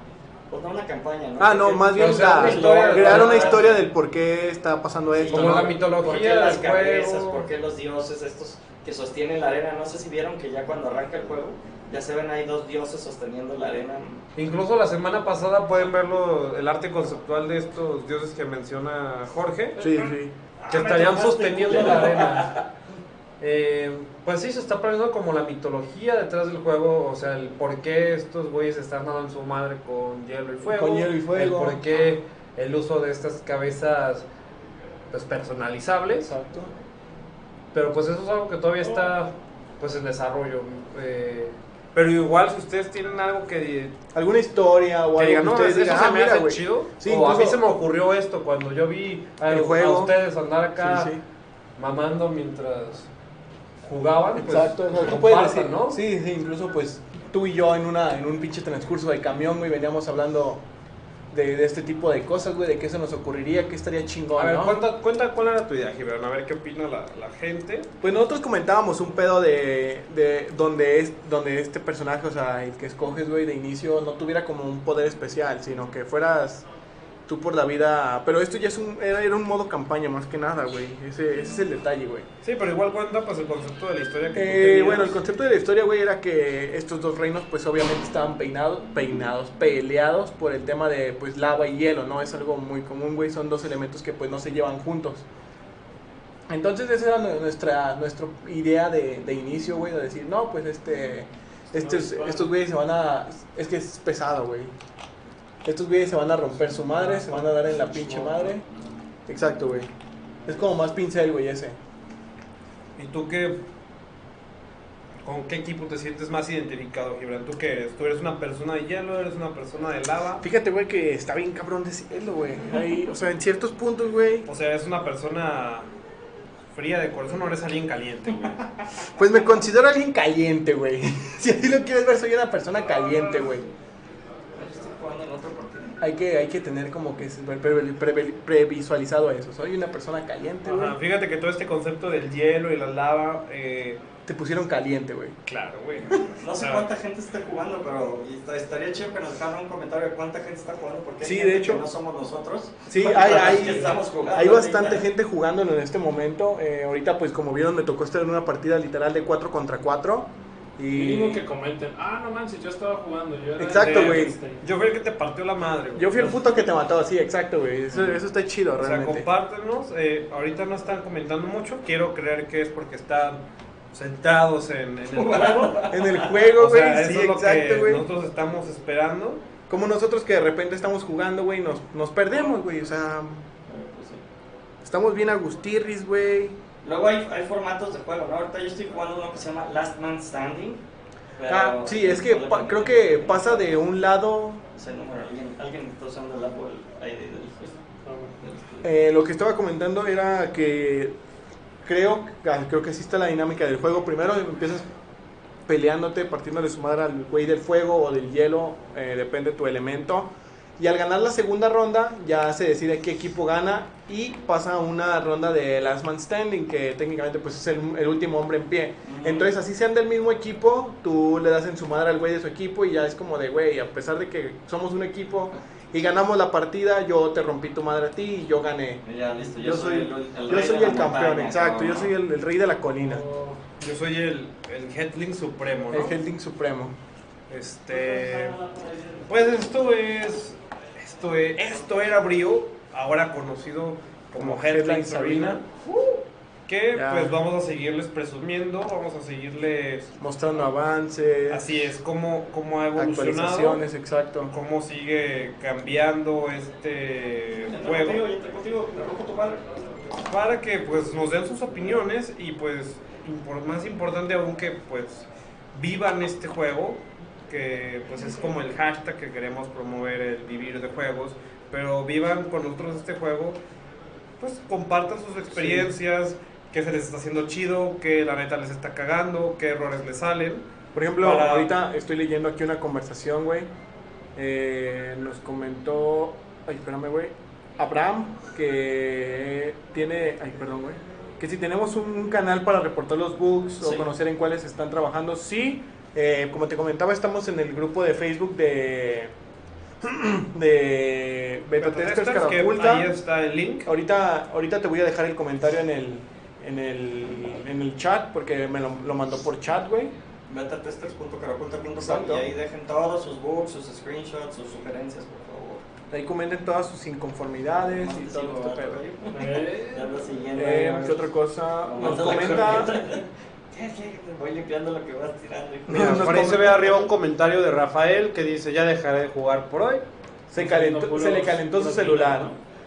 D: Pues no una campaña, ¿no?
C: Ah, no, más bien
B: O sea,
C: la-
B: una historia-
C: crear una historia del por qué está pasando
D: Sí,
C: esto.
B: Como
C: ¿no?
B: la mitología
D: ¿Por qué las
B: del juego?
D: cabezas? ¿Por qué los dioses estos que sostienen la arena? No sé si vieron que ya cuando arranca el juego ya se ven ahí dos dioses sosteniendo la arena.
B: Incluso la semana pasada pueden verlo el arte conceptual de estos dioses que menciona Jorge.
C: Sí, sí.
B: que
D: Ah, me
B: estarían
D: tomaste,
B: sosteniendo
D: culero.
B: la
C: (laughs)
B: arena. Eh, pues sí, se está poniendo como la mitología detrás del juego, o sea, el por qué estos güeyes están dando en su madre con hielo y fuego.
C: Con hielo y fuego.
B: El por qué el uso de estas cabezas pues personalizables.
C: Exacto.
B: Pero pues eso es algo que todavía está pues en desarrollo. eh, pero igual si ustedes tienen algo que,
C: Alguna historia o
B: que
C: algo
B: digan,
C: que
B: no,
C: ustedes
B: eso
C: digan,
B: se
C: ah,
B: me
C: mira,
B: hace
C: güey.
B: chido.
C: Sí,
B: o a
C: incluso-
B: mí se me ocurrió esto cuando yo vi a,
C: El
B: a
C: juego.
B: ustedes andar acá
C: Sí, sí.
B: mamando mientras jugaban. pues,
C: Exacto, exacto. Tú
B: compartan,
C: puedes decir,
B: ¿no?
C: Sí, sí, incluso pues tú y yo en una en un pinche transcurso del camión, güey, veníamos hablando de, de este tipo de cosas, güey, de qué se nos ocurriría, qué estaría chingón,
B: A ver,
C: ¿no?
B: cuenta, cuenta cuál era tu idea, Gibran, a ver qué opina la, la gente.
C: Pues nosotros comentábamos un pedo de, de donde es donde este personaje, o sea, el que escoges, güey, de inicio no tuviera como un poder especial, sino que fueras tú por la vida, pero esto ya es un era, era un modo campaña más que nada, güey. Ese, ese es el detalle, güey.
B: Sí, pero igual cuenta pues el concepto de la historia que tú
C: Eh,
B: tenías.
C: bueno, el concepto de la historia, güey, era que estos dos reinos, pues obviamente estaban peinados, peinados, peleados por el tema de, pues, lava y hielo, ¿no? Es algo muy común, güey, son dos elementos que, pues, no se llevan juntos. Entonces esa era nu- nuestra, nuestra idea de, de inicio, güey, de decir, no, pues este, estos, estos güeyes se van a, es que es pesado, güey. Estos güeyes se van a romper su madre, se van a dar en la pinche madre. Exacto, güey. Es como más pincel, güey, ese.
B: ¿Y tú qué? ¿Con qué equipo te sientes más identificado, Gibran? ¿Tú qué eres? ¿Tú eres una persona de hielo? ¿Eres una persona de lava?
C: Fíjate, güey, que está bien cabrón decirlo, güey. Ahí, O sea, en ciertos puntos, güey.
B: O sea, eres una persona fría de corazón o eres alguien caliente,
C: (laughs)
B: güey.
C: Pues me considero alguien caliente, güey. (laughs) Si así lo quieres ver, soy una persona caliente, güey.
D: Estoy jugando en otro partido.
C: Hay que, hay que tener como que pre- pre- pre- previsualizado eso. Soy una persona caliente, güey.
B: Ajá, Fíjate que todo este concepto del hielo y la lava, eh,
C: Te pusieron caliente, güey.
B: claro, güey.
D: No sé cuánta gente está jugando, pero est- estaría chido que nos dejaran un comentario de cuánta gente está jugando, porque hay
C: Sí,
D: gente
C: de hecho.
D: que no somos nosotros.
C: Sí,
D: Porque
C: hay,
D: los
C: hay,
D: que estamos jugando
C: hay bastante
D: ahorita.
C: gente jugándolo en este momento. Eh, ahorita, pues como vieron, me tocó estar en una partida literal de 4 contra 4.
E: Mínimo
C: Y
E: que comenten. Ah, no manches, yo estaba jugando. Yo era
C: Exacto,
E: de-
C: güey.
E: este".
B: Yo fui el que te partió la madre, güey.
C: yo fui el puto que te mató, sí, exacto, güey. Eso, eso está chido,
B: O sea,
C: realmente.
B: compártenos. eh, ahorita no están comentando mucho. Quiero creer que es porque están centrados en, en el
C: (laughs)
B: juego.
C: En el
B: (laughs)
C: juego,
B: O
C: güey,
B: sea,
C: sí,
B: eso es lo
C: exacto,
B: que
C: güey.
B: nosotros estamos esperando.
C: Como nosotros que de repente estamos jugando, güey, nos, nos perdemos, güey. O sea,
D: Eh, pues sí.
C: estamos bien agustirris, güey.
D: Luego hay, hay formatos de juego, ¿no? Ahorita yo estoy jugando uno que se llama Last Man Standing. pero-
C: Ah, sí, es que pa- creo que pasa de un lado.
D: No sé, número, alguien, alguien está usando el Apple ID del del-
E: Ah, güey.
C: eh, lo que estaba comentando era que creo, ah, creo que sí está la dinámica del juego. Primero empiezas peleándote, partiendo de su madre al güey del fuego o del hielo, eh, depende tu elemento. Y al ganar la segunda ronda ya se decide qué equipo gana y pasa a una ronda de Last Man Standing, que técnicamente pues es el, el último hombre en pie. Entonces así sean del mismo equipo, tú le das en su madre al güey de su equipo y ya es como de, güey, a pesar de que somos un equipo y ganamos la partida, yo te rompí tu madre a ti y yo gané.
D: Y Ya, listo, yo,
C: Yo
D: soy,
C: soy-
D: el, el
C: Yo
D: rey
C: soy
D: de la
C: el campeón,
D: montaña,
C: exacto, yo
D: cabrón.
C: soy el, el rey de la colina,
E: Oh,
C: (laughs)
B: Yo soy el, el Headling Supremo, ¿no?
C: el Helding Supremo.
B: Este. Pues esto es. Esto, es, esto era Brio, ahora conocido como
C: Como
B: Headline
C: Headline
B: Sabrina.
C: Sabrina.
B: Que
C: Ya.
B: pues vamos a seguirles presumiendo, vamos a seguirles.
C: Mostrando avances,
B: Así es, cómo, cómo ha evolucionado.
C: actualizaciones, exacto.
B: Cómo sigue cambiando este
D: Entra contigo,
B: juego.
D: yo entro contigo, me rompo tu madre.
B: Para que pues nos den sus opiniones y pues impor- más importante aún que pues vivan este juego, que pues es como el hashtag que queremos promover, el vivir de juegos, pero vivan con nosotros este juego, pues compartan sus experiencias, qué se les está haciendo chido, qué la neta les está cagando, qué errores les salen.
C: Por ejemplo,
B: Para-
C: ahorita estoy leyendo aquí una conversación, güey. Eh, nos comentó. Ay, espérame, güey. Abraham, que tiene. Ay, perdón, güey. Que si tenemos un canal para reportar los bugs
D: Sí.
C: o conocer en cuáles están trabajando, sí. Eh, como te comentaba, estamos en el grupo de Facebook de. (clears throat) de. Beta Testers
B: Testers, que
C: Caraculta.
B: ahí está el link.
C: Ahorita, ahorita te voy a dejar el comentario en el. En el, en el chat, porque me lo, lo mandó por chat, güey.
D: betatesters.caraculta.com
C: Exacto.
D: y ahí dejen todos sus bugs, sus screenshots, sus sugerencias, por favor.
C: Ahí comenten todas sus inconformidades y
D: Antes
C: todo
D: sigo,
C: este
D: ¿verdad? Ya
C: pedo.
E: Eh,
D: lo siguiente.
C: Eh, ¿Qué otra cosa?
D: Nos
C: Nos
D: manda la
C: comenta.
D: corriente.
C: (laughs)
D: Ya, ya, te Voy limpiando lo que vas tirando. hijo.
C: Mira,
B: Mira,
C: nos
B: por ahí
C: com-
B: se ve arriba un comentario de Rafael que dice, ya dejaré de jugar por hoy.
C: Se, calentó, se le calentó su celular.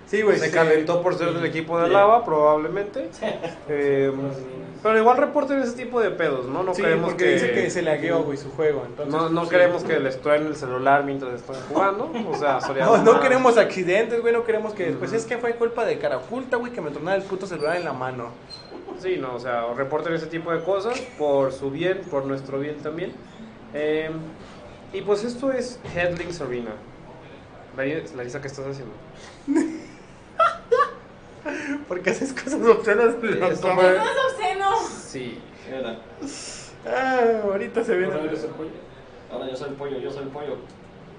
C: Sí, güey.
B: se
C: Pues sí.
B: calentó por ser del equipo de Lava, probablemente. Eh, pero igual reporten ese tipo de pedos, ¿no? No
C: Pues Sí,
B: queremos
C: porque
B: que...
C: dice que se lagueó, güey, su juego. Entonces,
B: No, no
C: sí.
B: queremos que les traen el celular mientras están jugando. O
C: (laughs)
B: sea, sería
C: No, no
B: una-
C: queremos accidentes, güey, no queremos que después... Es que fue culpa de cara oculta, güey, que me tronara el puto celular en la mano.
B: Sí, no, o sea, reporten ese tipo de cosas por su bien, por nuestro bien también. Eh, y pues esto es Headling Sabrina. La, la risa que estás haciendo.
C: Porque haces cosas obscenas.
B: Esto fue-
F: ¡No es obsceno!
B: Sí.
D: Mira,
C: Ah, ahorita se
E: ¿no
C: (laughs) viene.
E: eres el pollo?
D: Ahora yo soy el pollo, yo soy el pollo.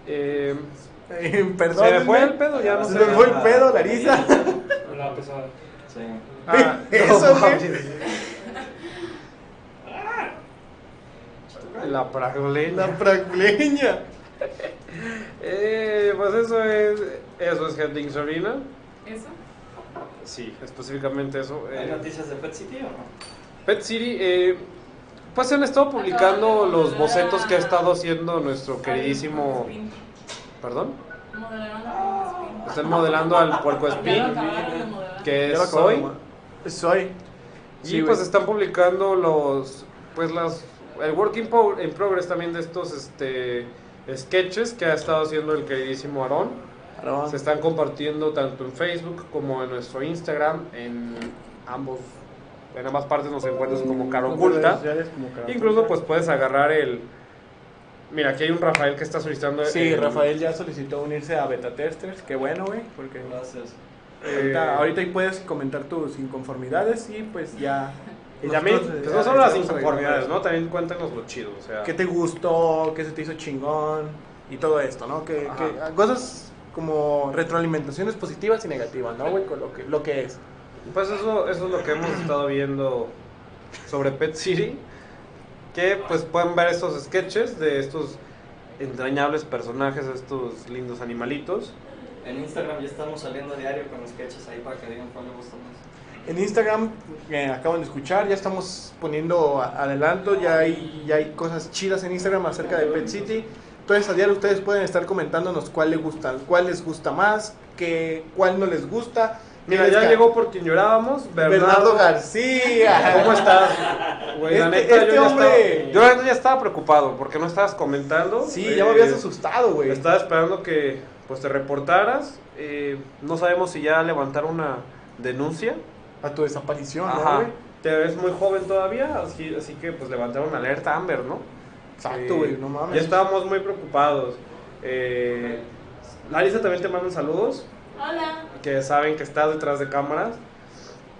B: Eh,
C: Eh, Perdón.
B: se me fue el pedo, ya no
C: Se
B: sé.
C: me fue el pedo, Larisa.
E: La pesada.
D: (laughs) Sí.
B: Ah,
C: Eso, güey.
B: La
C: La
B: pragleña.
C: fragleña.
B: Eh, pues eso es. Eso es Heading Sabrina.
F: ¿Eso?
B: Sí, específicamente eso.
D: ¿Hay
B: eh,
D: noticias de Pet City o no?
B: Pet City, eh, pues él ha estado publicando los bocetos que ha estado haciendo nuestro queridísimo. ¿Perdón? Están modelando al puerco espín, que
C: Ya
B: es
C: lo acabamos,
B: Soy.
C: ma. Soy.
B: Y
C: Sí,
B: pues
C: güey.
B: están publicando los. Pues las. El work in, pro- in progress también de estos este, sketches que ha estado haciendo el queridísimo Aarón.
C: Arón.
B: Se están compartiendo tanto en Facebook como en nuestro Instagram. En ambos. En ambas partes nos encuentras como Caro Oculta.
F: Ya es como cara
B: Incluso
F: oculta.
B: pues puedes agarrar el... Mira, aquí hay un Rafael que está solicitando...
C: Sí,
B: eh, el-
C: Rafael ya solicitó unirse a Beta Testers. Qué bueno, güey, porque
D: Gracias.
C: ahorita,
B: Eh,
C: ahorita ahí puedes comentar tus inconformidades y pues ya.
B: Y
C: nosotros,
B: también,
C: eh,
B: pues
C: ya-
B: no solo las
C: ya vamos a
B: inconformidades,
C: arreglar.
B: ¿no? También cuéntanos lo chido, o sea...
C: ¿Qué te gustó? ¿Qué se te hizo chingón? Y todo esto, ¿no? Que,
B: Ajá.
C: que- cosas como retroalimentaciones positivas y negativas, ¿no, güey? Con lo que, lo que es.
B: Pues eso, eso es lo que hemos estado viendo sobre Pet City. Que pues pueden ver estos sketches de estos entrañables personajes, estos lindos animalitos.
D: En Instagram ya estamos saliendo diario con sketches ahí para que digan cuál le gustó más.
C: En Instagram, eh, acaban de escuchar, ya estamos poniendo a- adelanto, ya hay, ya hay cosas chidas en Instagram acerca de Pet City. Entonces, a diario ustedes pueden estar comentándonos cuál les gusta, cuál les gusta más, qué, cuál no les gusta.
B: Mira,
C: ¿Quién
B: ya
C: es Ga-
B: llegó por quien llorábamos,
C: Bernardo
B: Bernardo, (laughs)
C: García.
B: ¿Cómo estás? Güey, la
C: Este-
B: neta,
C: este
B: yo, ya
C: hombre-
B: estaba, yo la neta ya estaba preocupado porque no estabas comentando.
C: Sí,
B: Eh,
C: ya me habías asustado, güey.
B: Estaba esperando que pues te reportaras. Eh, no sabemos si ya levantaron una denuncia.
C: A tu desaparición, ¿no,
B: Ajá.
C: güey?
B: Te ves muy joven todavía, así, así que pues levantaron alerta Amber, ¿no?
C: Exacto,
B: Eh,
C: güey, no mames.
B: Ya estábamos muy preocupados. Eh, Larisa también te mandan saludos,
G: Hola.
B: que saben que estás detrás de cámaras.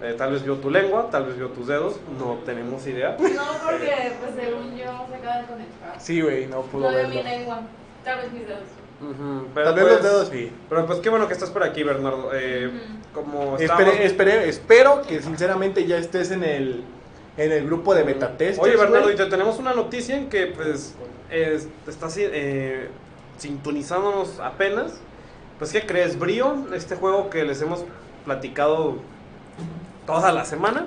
B: Eh, tal vez vio tu lengua, tal vez vio tus dedos, no tenemos idea.
G: No, porque pues según yo se acaba de conectar.
C: Sí, güey, no
G: No
C: pudo
G: veo
C: verlo.
G: mi lengua. Tal vez mis dedos.
B: Ujú, pero
C: Tal vez
B: pues-
C: los dedos sí.
B: Pero pues qué bueno que estás por aquí, Bernardo. Eh,
G: Ujú.
B: Como estábamos-
C: Espere, espere- espero que sinceramente ya estés en el, en el grupo de beta testers,
B: Oye, Bernardo,
C: güey.
B: y te tenemos una noticia en que, pues, es- estás eh, sintonizándonos apenas. Pues, ¿qué crees? Brío, este juego que les hemos platicado toda la semana,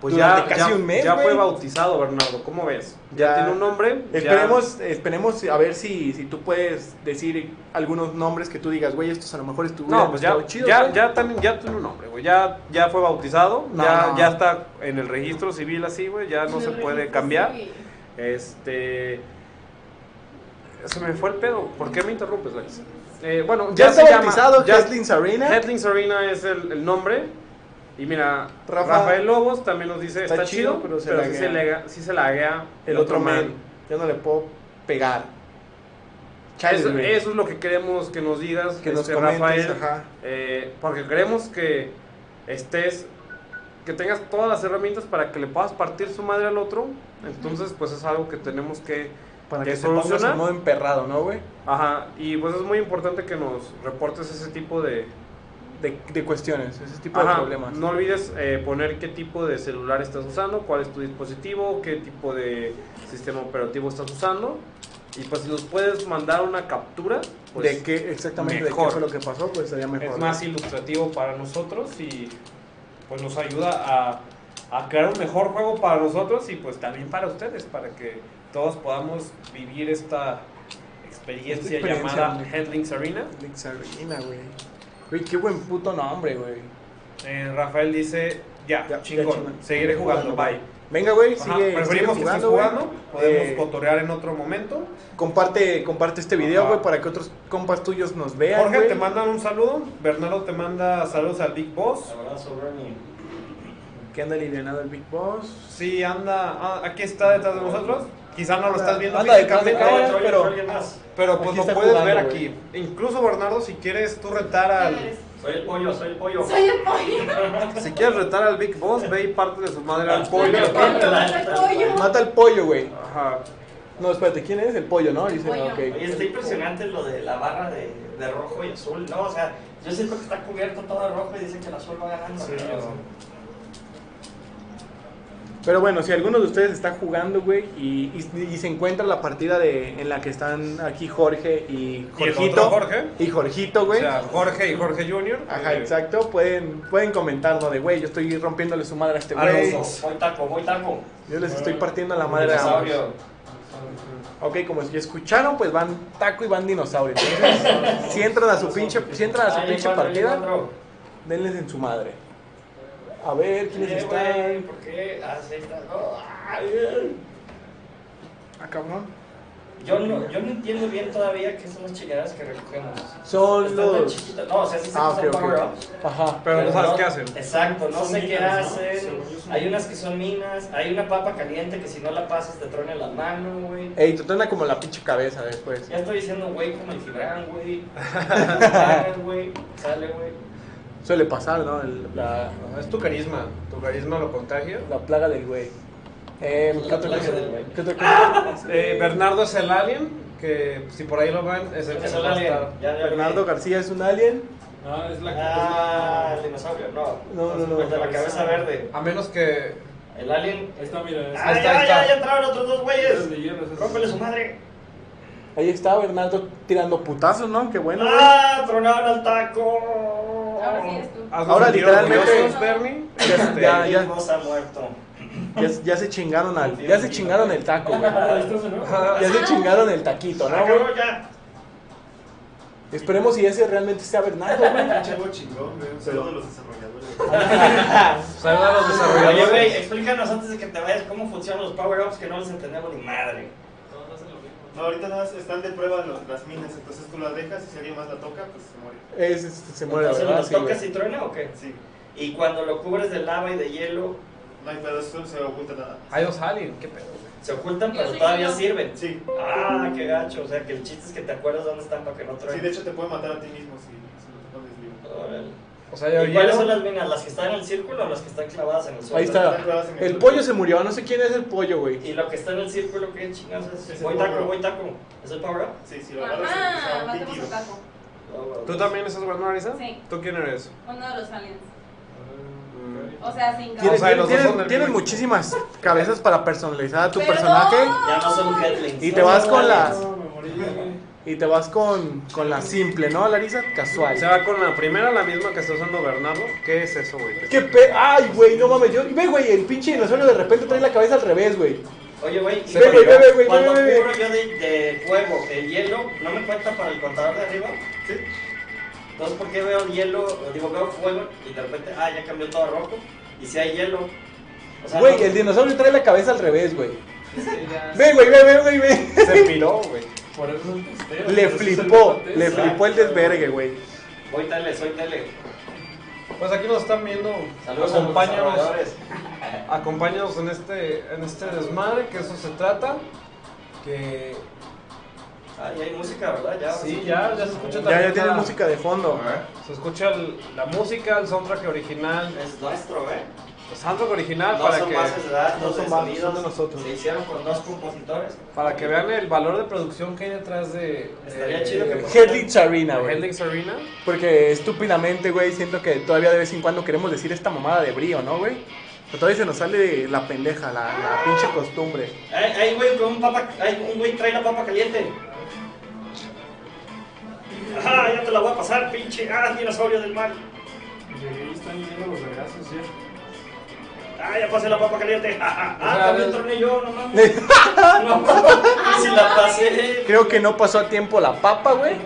B: pues ya,
C: Durante casi
B: ya-
C: un mes,
B: ya
C: güey.
B: fue bautizado, Bernardo. ¿Cómo ves? Ya,
C: Ya.
B: tiene un nombre. ya-
C: Esperemos, esperemos a ver si, si tú puedes decir algunos nombres que tú digas, güey, estos a lo mejor estuvieron
B: No, pues ya,
C: chidos,
B: ya,
C: güey.
B: ya, también- ya tiene un nombre, güey. Ya, ya fue bautizado,
C: No,
B: ya,
C: no.
B: ya está en el registro civil así, güey. Ya no se puede cambiar.
G: Sí.
B: Este. Se me fue el pedo. ¿Por qué me interrumpes, Lex? Eh, bueno,
C: Ya
B: ya,
C: está
B: se llama-
C: bautizado
B: ya-
C: Heslin Sarina.
B: Headlings Arena es el, el nombre. Y mira,
C: Rafa-
B: Rafael Lobos también nos dice:
C: Está
B: está,
C: chido,
B: chido, pero,
C: pero se
B: sí,
C: laguea.
B: se lega- sí se laguea
C: el otro man. Yo no le puedo pegar. Chale,
B: Eso,
C: güey.
B: eso es lo que queremos que nos digas,
C: que nos
B: este,
C: comentes,
B: Rafael.
C: ajá.
B: eh, porque queremos que estés, que tengas todas las herramientas para que le puedas partir su madre al otro. Entonces, pues es algo que tenemos que
C: Para
B: ¿Te
C: que se pongas
B: soluciona?
C: en modo emperrado, ¿no, güey?
B: Ajá, y pues es muy importante que nos reportes ese tipo de,
C: De, de cuestiones, ese tipo de
B: Ajá,
C: problemas.
B: No olvides eh, poner qué tipo de celular estás usando, cuál es tu dispositivo, qué tipo de sistema operativo estás usando. Y pues si nos puedes mandar una captura, pues
C: de qué exactamente de
B: mejor.
C: qué fue lo que pasó, pues estaría mejor.
B: es
C: ¿no?
B: más ilustrativo para nosotros y pues nos ayuda a, a crear un mejor juego para nosotros y pues también para ustedes, para que todos podamos vivir esta experiencia,
C: Esta experiencia,
B: llamada
C: güey.
B: Headlings Arena.
C: Nick Sarina, güey. Güey, qué buen puto nombre, güey.
B: Eh, Rafael dice, ya,
C: Ya,
B: chingón,
C: ya chingón.
B: seguiré jugando, bye.
C: Venga, güey,
B: Ajá,
C: sigue, sigue
B: preferimos que estés
C: güey.
B: jugando, podemos
C: Eh,
B: cotorrear en otro momento.
C: comparte, comparte este video,
B: Ajá.
C: güey, para que otros compas tuyos nos vean,
B: Jorge,
C: güey.
B: te mandan un saludo. Bernardo te manda saludos al Big Boss.
D: Abrazo, Bernie.
C: Que anda alivianado el Big Boss.
B: Sí, anda, ah, aquí está detrás de nosotros. Quizá no lo estás viendo
C: Anda detrás de
B: físicamente,
C: cámaras,
B: pero-
C: pero-
D: alguien más.
B: pero pues
C: Aquí
B: lo
C: está
B: puedes
C: jugando,
B: ver
C: güey.
B: aquí. Incluso, Bernardo, si quieres tú retar al...
D: Soy el pollo, soy el pollo.
G: Soy el pollo.
B: Si quieres retar al Big Boss, ve y parte de su madre al
G: Soy
B: pollo.
G: el pollo. Soy el pollo.
C: Mata al pollo, güey.
B: Ajá.
C: No, espérate, ¿quién es? El pollo, ¿no? Dice,
G: pollo.
C: ok.
D: Oye, está impresionante lo de la barra de, de rojo y azul, ¿no? O sea, yo siento que está cubierto todo de rojo y dicen que el azul va ganando. ¿no? O sea,
C: Pero bueno, si alguno de ustedes está jugando, güey, y, y- y se encuentra la partida de, en la que están aquí Jorge y
B: Y el
C: Jorgito.
B: otro Jorge.
C: Y Jorgito,
B: O
C: güey.
B: sea, Jorge y Jorge Junior.
C: Ajá,
B: eh,
C: exacto. Pueden, pueden comentar, ¿no? De, güey, yo estoy rompiéndole su madre a este
B: A los
C: güey.
B: dos.
D: Voy taco, voy taco.
C: Yo les estoy partiendo la madre a ambos.
D: Dinosaurio.
C: Ok, como si escucharon, pues van taco y van
D: (laughs)
C: dinosaurio. Entonces, si entran a su pinche, si entran a su
D: Ahí
C: pinche
D: encuentro, ahí
C: partida,
D: encuentro.
C: denles en su madre. A ver, ¿quiénes
D: Eh, güey,
C: están?
D: ¿Por qué? Ah, sí, está- oh, ah, eh.
C: Ah, cabrón.
D: Yo no, yo no entiendo bien todavía qué son las chingaderas que recogemos.
C: Son
D: Están tan
C: los...
D: chiquitas. No, o sea, sí sé
C: Ah,
D: que
C: ok,
D: son
C: ok.
D: power-ups.
C: Ajá.
B: Pero no sabes qué hacen.
D: Exacto, no
E: Son
D: sé qué
E: minas, ¿no?
D: hacen.
E: Según yo son
D: Hay
E: minas.
D: unas que son minas. Hay una papa caliente que si no la pasas te truena la mano, güey.
C: Ey, te truena como la pinche cabeza después.
D: Ya estoy diciendo güey como el Gibran,
C: (laughs)
D: güey. Sale, güey. Sale, güey.
C: Suele pasar, ¿no? El- la,
B: la- es tu carisma. Tu carisma lo contagia.
C: la plaga del güey. Eh, ¿qué
D: La
C: otra
D: plaga
C: cosa?
D: del güey.
C: ¿Qué otra cosa?
B: Eh, Bernardo es el alien. Que pues, si por ahí lo ven, es el que
D: Es
B: se
D: el
B: va a
D: alien.
B: estar.
D: Ya, ya,
C: Bernardo
D: güey.
C: García es un alien.
E: No, es la
D: Ah, el dinosaurio, no.
C: No, no, no.
D: El de la cabeza verde.
B: A menos que.
D: El alien.
E: Esta, mira.
B: está,
D: Ah, ya,
B: está.
D: ya, ya entraron otros dos güeyes.
E: Es de hierro, es-
D: Rómpele su madre.
C: Ahí está Bernardo tirando putazos, ¿no? Qué bueno, güey.
D: ¡Ah! Tronaron al taco.
G: Ahora sí eres tú.
B: haznos
C: Ahora,
B: sentir
C: literalmente-
B: orgullosos, Bernie. Este,
C: Ah, ya,
D: El mismo se ha muerto.
C: Ya, ya se chingaron al, ya se chingaron el taco, güey.
E: Ah, ¿esto se no?
C: Ya se chingaron el taquito, ¿no, güey?
D: Acabó ya.
C: Esperemos si ese realmente sea Bernardo, güey.
F: Chavo chingón, güey. Un saludo a los desarrolladores.
B: Saluda a los
D: Oye, güey,
B: desarrolladores.
D: explícanos antes de que te vayas cómo funcionan los power-ups que no les entendemos ni madre.
F: No, ahorita nada más están de prueba los- las minas, entonces tú las dejas y si alguien más la toca, pues se muere.
C: Es- es- se muere,
D: Entonces,
C: ¿verdad?
D: ¿los
C: Sí,
D: tocas
C: güey.
D: y truena o qué?
F: Sí,
D: Y cuando lo cubres de lava y de hielo,
F: no hay pedo, eso se oculta nada.
B: Hay dos aliens. ¿Qué pedo?
D: se ocultan,
G: Yo
D: pero
G: sí,
D: todavía
G: yo.
D: sirven.
F: Sí,
D: Ah, qué gacho. O sea, que el chiste es que te acuerdas dónde están para que no
F: sí, de
D: truenen.
F: hecho te puede matar a ti mismo si, si no te pones vivo.
D: Órale.
B: O sea,
D: ¿Y
B: yo
D: cuáles
B: llego-
D: son las minas? ¿Las que están en el círculo o las que están clavadas en el suelo?
C: Ahí está.
F: Están clavadas en
C: El pollo se murió, no sé quién es el pollo, güey.
D: ¿Y lo que está en el círculo qué chingados es?
F: Es el
D: Voy
F: power
D: taco,
F: up.
D: voy taco. ¿Es el power up?
F: Sí, si lo
B: Ah.
F: agarras
G: Ajá,
F: se
G: Ah, matemos al taco.
B: ¿Tú también estás jugando, Marisa?
G: Sí.
B: ¿Tú quién eres?
G: Uno de los aliens.
B: Mm.
G: O sea, sin
C: Tienes,
B: O sea, los dos
C: tienes-
B: son del
C: tienes
B: mismo
C: muchísimas cabezas para personalizar a tu
G: Perdón.
C: personaje
D: Ya no son headlings.
C: Y te vas con
D: la
C: las-
E: No, me morí, güey.
C: y te vas con, con la simple, ¿no? Larisa casual.
B: Se va con la primera, la misma que está usando Bernardo. ¿Qué es eso, güey?
C: ¿Qué pe... Ay, güey, no mames. Yo... Ve, güey, el pinche dinosaurio de repente trae la cabeza al revés, güey.
D: Oye, güey. y
C: Ve, ve,
D: cuando-
C: ve, ve, güey,
D: Cuando
C: ve, ve, ve.
D: cubro yo de, de fuego el hielo, ¿no me cuenta para el contador de arriba? Sí. Entonces, ¿por qué veo hielo? Digo, veo fuego y de repente, ah, ya cambió todo a rojo. Y si hay hielo. O sea,
C: Güey,
D: no-
C: el dinosaurio trae la cabeza al revés, güey.
D: es que ya-
C: Ve, güey, ve, ve, güey, ve.
B: Se piló, güey.
E: Por eso es un testeo.
C: Le
E: por eso es el
C: flipó,
E: debate.
C: le flipó el desvergue, güey.
D: Voy tele, soy tele.
B: Pues aquí nos están viendo.
D: Saludos a los
B: acompáñanos,
D: desarrolladores.
B: acompáñanos en este, en este desmadre, que eso se trata. Que
D: Ah, y hay música, ¿verdad? Ya,
B: sí, ya, ya se escucha
C: Ya,
B: también.
C: ya tiene
B: la-
C: música de fondo.
B: Se escucha el- la música, el soundtrack original.
D: Es nuestro, ¿eh?
B: El soundtrack original Ah,
D: No
B: para
D: son
B: que.
D: bases de datos,
C: no
D: de
C: son bases, son
D: sonidos,
C: de nosotros.
D: Se hicieron con dos compositores.
B: Para que vean el valor de producción que hay detrás de.
D: Estaría
B: de-
D: chido que-
B: de
C: Headley Charina, güey.
B: Headlings Arena.
C: Porque estúpidamente, güey, siento que todavía de vez en cuando queremos decir esta mamada de brío, ¿no, güey? Pero todavía se nos sale la pendeja, la, la pinche costumbre.
D: Hay, hay güey con un papa, hay un güey trae la papa caliente. Ajá, ya te la voy a pasar, pinche. Ah, dinosaurio del mar.
E: Llegué y están yendo los abrazos, ¿sí?
D: Ah, ya pasé la papa caliente. (laughs) Ah, ah, ah,
B: O sea,
D: también
B: es-
D: troné yo, no mames. No (laughs) mames. Y si la pasé.
C: Creo que no pasó a tiempo la papa, güey.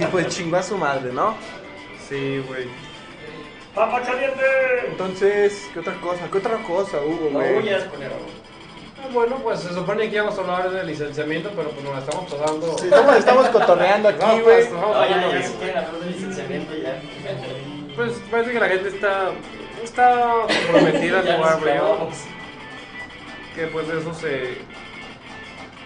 C: Y pues chingó a su madre, ¿no?
B: Sí, güey.
D: ¡Papa caliente!
C: Entonces, ¿qué otra cosa? ¿Qué otra cosa hubo,
D: No
C: güey?
D: huyas, culero.
B: Ah, Bueno, pues se supone que íbamos a hablar del licenciamiento, pero pues nos la estamos pasando.
C: Sí, Estamos, estamos cotorreando aquí,
B: No,
C: güey.
B: pues, no,
D: No, ya,
B: no,
D: ya,
B: bien.
D: si quieren hablar de licenciamiento, ya.
B: Pues parece que la gente está, está comprometida
D: (laughs) Ya
B: a jugar
D: nos
B: Breo,
D: clavamos.
B: que pues de eso se,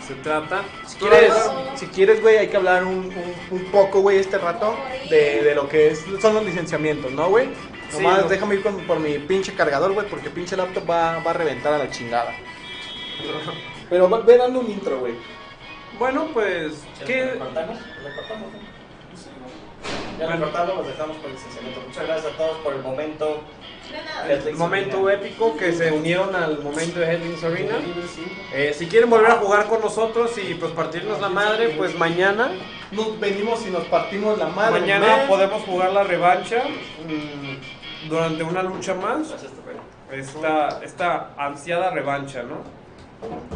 B: se trata.
C: Si quieres, si quieres, güey, hay que hablar un, un- un poco, güey, este rato de, de lo que es, son los licenciamientos, ¿no, güey?
B: Sí,
C: Nomás
B: no.
C: déjame ir con- por mi pinche cargador, güey, porque pinche laptop Ah, va, va a reventar a la chingada. Pero ve- ve dando un intro, güey.
B: Bueno, pues,
D: ¿Qué?
B: ¿qué?
D: ¿Lo cortamos? ¿Lo cortamos? Ya lo cortamos, los dejamos por el licenciamiento. Muchas gracias a todos por el momento.
G: nada.
D: Headlings
B: Momento
C: eh.
D: Arena.
B: épico que se unieron al momento de Headlings Arena. Eh, si quieren volver a jugar con nosotros y pues partirnos la madre, pues mañana.
C: Nos venimos y nos partimos la madre.
B: Mañana
C: men.
B: podemos jugar la revancha mm, durante una lucha más.
D: Gracias, Tocayo.
B: Esta, esta ansiada revancha, ¿no?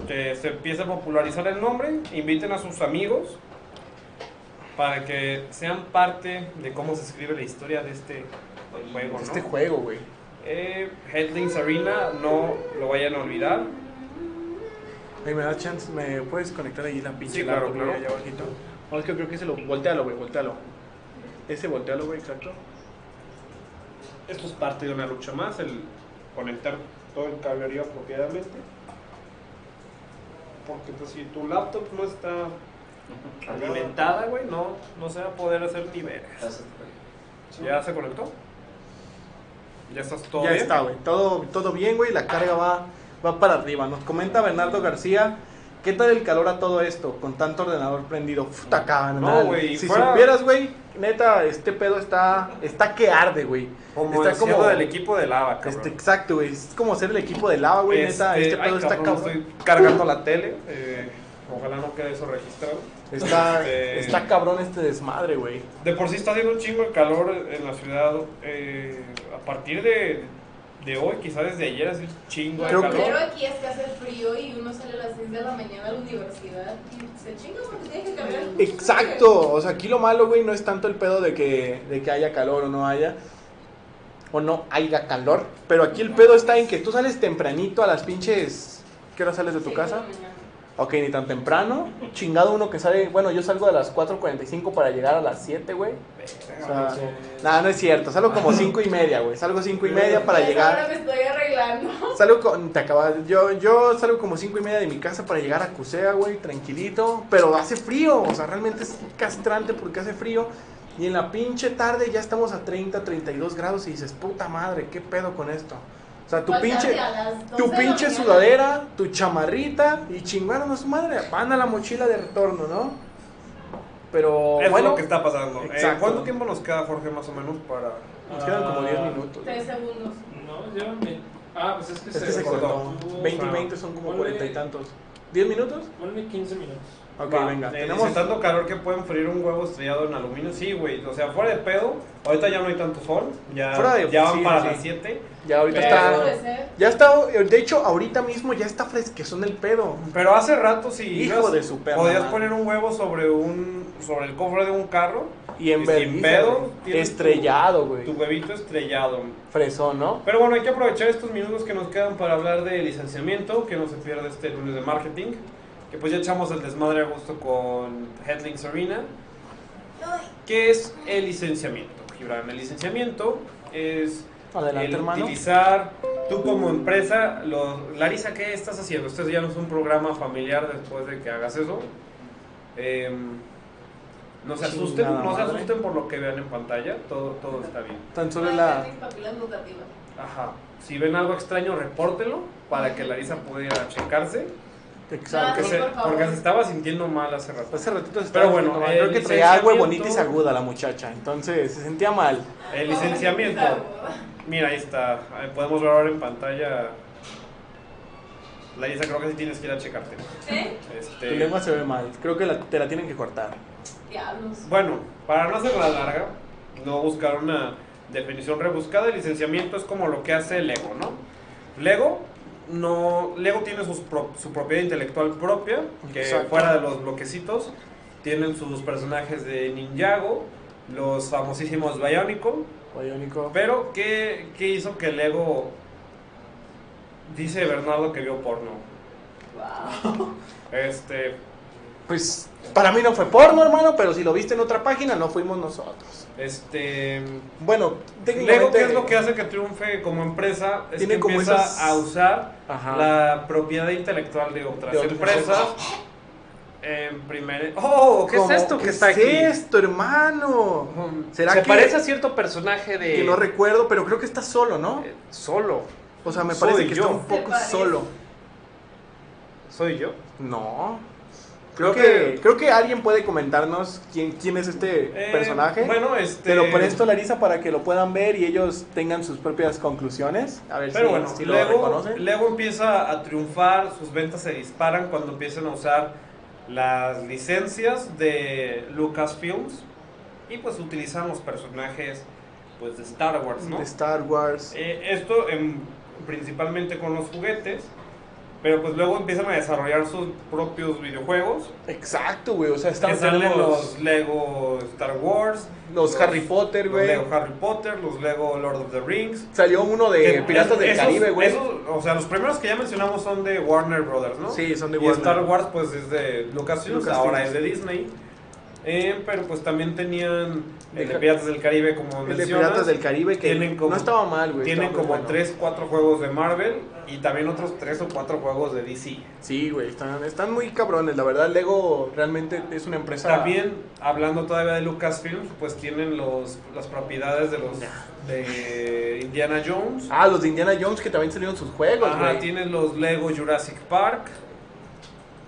B: Que se empiece a popularizar el nombre, inviten a sus amigos para que sean parte de cómo se escribe la historia de este juego, ¿no?
C: Este juego, güey.
B: Eh, Headlings Arena, no lo vayan a olvidar.
C: Ay, me da chance, ¿me puedes conectar ahí la pinche
B: Sí, claro,
C: laptop, güey,
B: claro.
C: allá abajito? No, es que creo que se lo... Voltealo, güey, voltealo. Ese voltealo, güey, exacto.
B: Esto es parte de una lucha más, el conectar todo el cablerío apropiadamente. Porque pues si tu laptop no está alimentada, güey, no, no se va a poder hacer ni vergas.
D: Gracias, Tocayo.
B: ¿Ya se conectó? ¿Ya estás todo
C: Ya
B: bien?
C: está, güey. Todo, todo bien, güey. La carga va, va para arriba. Nos comenta Bernardo García. ¿Qué tal el calor a todo esto? Con tanto ordenador prendido. Puta cabrón.
B: No, güey,
C: Si
B: fuera-
C: supieras, güey. Neta, este pedo está, está que arde, güey.
B: Como
C: está
B: el cielo del equipo de lava, cabrón.
C: Este, exacto, güey. Es como ser el equipo de lava, güey. Neta,
B: Este,
C: este pedo
B: ay,
C: está
B: cabrón,
C: cabrón.
B: Estoy cargando la tele, eh, ojalá no quede eso registrado.
C: Está,
B: Este-
C: está cabrón este desmadre, güey.
B: De por sí está haciendo un chingo de calor en la ciudad. eh, a partir de, de hoy, quizás desde ayer, hace un chingo de
C: Creo que-
B: calor.
G: Pero aquí es que hace frío y uno sale a las 6 de la mañana a la universidad y se chinga porque tiene que cambiar el curso.
C: Exacto, o sea, aquí lo malo, güey, no es tanto el pedo de que, de que haya calor o no haya, o no haya calor, pero aquí el pedo está en que tú sales tempranito a las pinches, ¿qué hora sales de tu
G: Sí,
C: casa?
G: de la mañana.
C: Ok, ni tan temprano, chingado uno que sale, bueno, yo salgo a las 4.45 para llegar a las 7, güey, o sea, nada, no es cierto, salgo como 5 y media, güey, salgo 5 y media para
G: Pues
C: llegar...
G: Ahora me estoy arreglando.
C: Salgo con, te acabas, yo, yo salgo como cinco y media de mi casa para llegar a Cusea, güey, tranquilito, pero hace frío, o sea, realmente es castrante porque hace frío y en la pinche tarde ya estamos a 30, 32 grados y dices, puta madre, qué pedo con esto. O sea, tu
G: Pues,
C: pinche,
G: tarde, a las 12
C: tu
G: de la
C: pinche
G: mañana.
C: sudadera, tu chamarrita y chingaron a su madre, van a la mochila de retorno, ¿no? Pero
B: Es
C: bueno,
B: lo que está pasando. Eh,
C: Exacto.
B: ¿Cuánto tiempo nos queda, Jorge, más o menos para...?
C: nos quedan como 10 minutos.
G: Tres segundos.
E: Ah, No, llevan bien. Ah, pues es que ah,
C: Es que Este se cortó. 20 y 20 son como
E: Ponle-
C: 40 y tantos. ¿10 minutos?
E: Ponle 15 minutos.
C: Ok,
B: Va,
C: venga.
B: eh,
C: tenemos
B: Si tanto calor que pueden freír un huevo estrellado en aluminio, sí, güey. O sea, fuera de pedo, ahorita ya no hay tanto sol. Ya,
C: Fuera de-
B: ya van
C: sí,
B: para
C: sí.
B: las 7.
C: Ya ahorita
G: Pero
C: está.
G: oscurecer.
C: Ya está, de hecho, ahorita mismo ya está fresquezón el pedo.
B: Pero hace rato, si
C: Hijo de su perra
B: podías
C: madre.
B: poner un huevo sobre un sobre el cofre de un carro
C: Y en
B: Y sin
C: vergüenza,
B: pedo,
C: güey.
B: tienes tu-
C: Estrellado, güey.
B: tu huevito estrellado.
C: Fresón, ¿no?
B: Pero bueno, hay que aprovechar estos minutos que nos quedan para hablar de licenciamiento, que no se pierda este lunes de marketing, que pues ya echamos el desmadre a gusto con Headlings Arena. ¿Qué es el licenciamiento, Gibran? El licenciamiento es
C: Adelante,
B: el
C: hermano.
B: utilizar tú como empresa, los, Larisa, ¿qué estás haciendo? Esto ya no es un programa familiar después de que hagas eso. Em, no se asusten,
C: Chingada
B: no se
C: madre.
B: asusten por lo que vean en pantalla, todo, todo está bien.
C: Tan solo
G: No,
C: la.
G: ya mis papilas gustativas.
B: Ajá. Si ven algo extraño, repórtelo para que Larisa pueda ir a checarse.
C: Exacto.
B: Porque
G: sí,
B: se,
G: por favor.
B: porque se estaba sintiendo mal hace rato.
C: Hace ratito se
B: Pero
C: estaba
B: bueno,
C: haciendo mal.
B: el
C: creo que traía
B: licenciamiento-
C: huevonita y aguda la muchacha, entonces se sentía mal.
B: El licenciamiento. Mira, ahí está. Ahí podemos ver ahora en pantalla. Larisa, creo que sí tienes que ir a checarte.
G: ¿Sí?
B: Este,
C: Tu lengua se ve mal. Creo que la- te la tienen que cortar. (laughs)
G: Diablos.
B: Bueno, para no hacerla larga, no buscar una definición rebuscada, el licenciamiento es como lo que hace Lego, ¿no? Lego no Lego tiene sus pro- su propiedad intelectual propia, que
C: Exacto.
B: fuera de los bloquecitos tienen sus personajes de Ninjago, los famosísimos Bionicle,
C: Bionico.
B: pero ¿qué, qué hizo que Lego dice Bernardo que vio porno?
G: Wow.
B: Este,
C: Pues para mí no fue porno, hermano, pero si lo viste en otra página, no fuimos nosotros.
B: este
C: Bueno, técnicamente.
B: Lego, ¿qué es lo que hace que triunfe como empresa? Es
C: Tiene
B: que
C: como
B: empieza
C: esas-
B: a usar
C: Ajá.
B: la propiedad intelectual de otras
C: De otras
B: empresas. En primer... ¡Oh! ¿Qué
C: Como,
B: es esto que
C: ¿qué
B: está
C: es
B: aquí?
C: esto, hermano? ¿Será
B: Se
C: que-
B: parece a cierto personaje de...
C: Que no recuerdo, pero creo que está solo, ¿no?
B: eh, Solo.
C: O sea, me
B: Soy
C: parece que
B: yo.
C: está un poco
G: Se parece.
C: solo.
B: ¿Soy yo?
C: No. Creo que, creo que alguien puede comentarnos quién, quién es este
B: eh,
C: personaje.
B: Bueno, este.
C: Te lo pones Larisa para que lo puedan ver y ellos tengan sus propias conclusiones. A ver
B: Pero
C: si,
B: bueno,
C: si lo
B: luego,
C: reconocen.
B: luego empieza a triunfar, sus ventas se disparan cuando empiezan a usar las licencias de Lucasfilms y pues utilizan los personajes pues de Star Wars, ¿no?
C: De Star Wars.
B: Eh, esto em, principalmente con los juguetes, pero pues luego empiezan a desarrollar sus propios videojuegos,
C: Exacto, güey. O sea,
B: que
C: están
B: salen
C: los,
B: los Lego Star Wars,
C: los Harry Potter,
B: los
C: güey.
B: Lego Harry Potter, los Lego Lord of the Rings,
C: Salió uno de
B: que
C: Piratas del
B: esos-
C: Caribe, güey.
B: esos, O sea, los primeros que ya mencionamos son de Warner Brothers, ¿no?
C: Sí, son de
B: Y
C: Warner.
B: Star Wars, pues es de Lucasfilms,
C: Lucasfilms.
B: ahora es de Disney. Eh, pero pues también tenían el de
C: Deja-
B: Piratas del Caribe, como
C: El de
B: mencionas.
C: Piratas del Caribe que
B: tienen como-
C: no estaba mal, güey.
B: Tienen
C: estaba
B: como
C: muy bueno.
B: 3, 4 juegos de Marvel y también otros 3 o 4 juegos de DC.
C: Sí, güey, están, están muy cabrones. La verdad, Lego realmente es una empresa.
B: También, hablando todavía de Lucasfilms, pues tienen los, las propiedades de los de Indiana Jones.
C: Ah, los de Indiana Jones que también salieron sus juegos,
B: Ajá,
C: güey.
B: tienes los Lego Jurassic Park.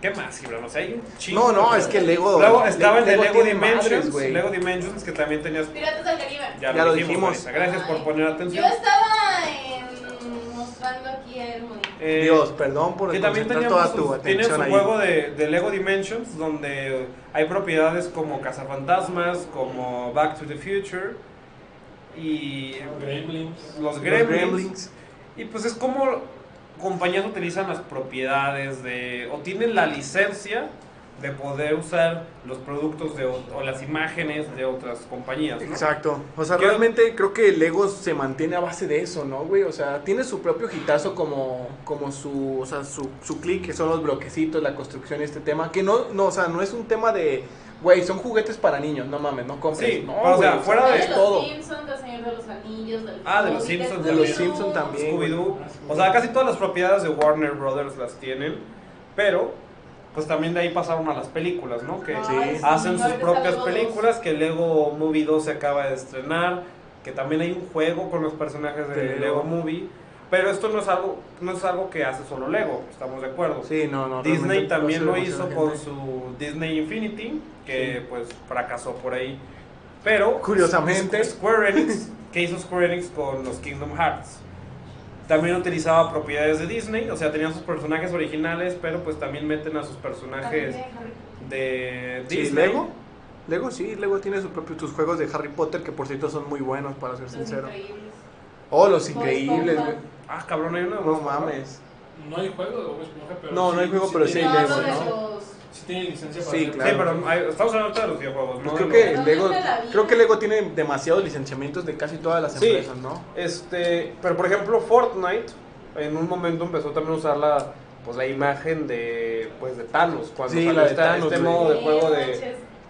B: ¿Qué más, Gibran? O sea, hay un chingo.
C: No, no, es que Lego.
B: Luego estaba el de Lego
C: tiene madres,
B: Dimensions.
C: güey.
B: Lego Dimensions que también tenías.
G: Piratas del Caribe.
B: Ya,
C: Ya
B: lo
C: lo
B: dijimos.
C: dijimos.
B: Marisa. Gracias por
G: Ay.
B: poner
G: Yo
B: atención.
G: estaba em, mostrando aquí el monitor.
B: Eh,
C: Dios, perdón por
B: que también
C: concentrar
B: teníamos
C: toda tu
B: sus- tienen
C: atención
B: su
C: ahí.
B: juego de, de Lego Dimensions donde hay propiedades como Cazafantasmas, como Back to the Future y
E: Gremlins.
B: los
C: Los
B: Gremlins.
C: Gremlins.
B: Y pues es como compañías utilizan las propiedades de o tienen la licencia de poder usar los productos de, o o las imágenes de otras compañías. ¿no?
C: Exacto. O sea,
B: Creo-
C: realmente creo que Lego se mantiene a base de eso, ¿no, güey? O sea, tiene su propio hitazo como, como su, o sea, su, su clic, que son los bloquecitos, la construcción y este tema. Que no, no, o sea, no es un tema de, güey, son juguetes para niños, no mames, no compres.
B: Sí,
C: no,
B: o sea,
C: güey,
B: fuera
G: de
C: es todo.
G: los Simpsons, del Señor de los Anillos, del
B: Ah, de los
G: Hobbit,
B: Simpsons
C: De los
G: Scooby-Doo.
C: Simpsons también.
B: Scooby-Doo. O sea, casi todas las propiedades de Warner Brothers las tienen, pero pues también de ahí pasaron a las películas, ¿no? Que
G: Ay, sí,
B: hacen sus
G: ahorita
B: propias
G: saludos.
B: películas, que Lego Movie 2 se acaba de estrenar, que también hay un juego con los personajes de
C: De
B: Lego
C: Lego.
B: Movie, pero esto no es algo no es algo que hace solo Lego, estamos de acuerdo.
C: Sí, no, no.
B: Disney
C: realmente
B: también
C: no
B: lo
C: se
B: hizo
C: emociona
B: con
C: gente.
B: su Disney Infinity, que pues fracasó por ahí. Pero
C: Curiosamente.
B: Square
C: (laughs)
B: Enix, ¿qué hizo Square Enix con los Kingdom Hearts? También utilizaba propiedades de Disney, o sea, tenían sus personajes originales, pero pues también meten a sus personajes
G: También Harry
B: de
C: Sí,
B: Disney.
C: Lego. Lego sí, Lego tiene sus propios tus juegos de Harry Potter que por cierto son muy buenos para ser
G: Potter,
C: sincero.
G: Los Increíbles.
C: Oh, los
G: Bob
C: increíbles,
G: Esponja.
C: güey.
B: Ah, cabrón, hay uno de
C: No
B: Bob Esponja.
C: mames.
E: No hay juego de Bob Esponja, pero.
C: No, no hay juego, pero sí hay
G: No,
E: tiene-
C: Lego,
G: hablo de
C: ¿no?
G: los-
E: Sí tiene licencia para
C: Sí,
E: hacer-
B: Sí,
C: claro.
B: pero hay- estamos hablando ahorita de los videojuegos, ¿no?
C: Pues creo
B: De los-
C: que
G: No,
C: Lego
G: no me la vi.
C: creo que Lego tiene demasiados licenciamientos de casi todas las
B: Sí.
C: empresas, ¿no?
B: Este, pero por ejemplo, Fortnite en un momento empezó también a usar la pues la imagen de pues de Thanos cuando
C: Sí,
B: salió
C: la de
B: esta-
C: Thanos,
B: este
C: güey.
B: modo de
G: Sí,
B: juego de,
G: manches.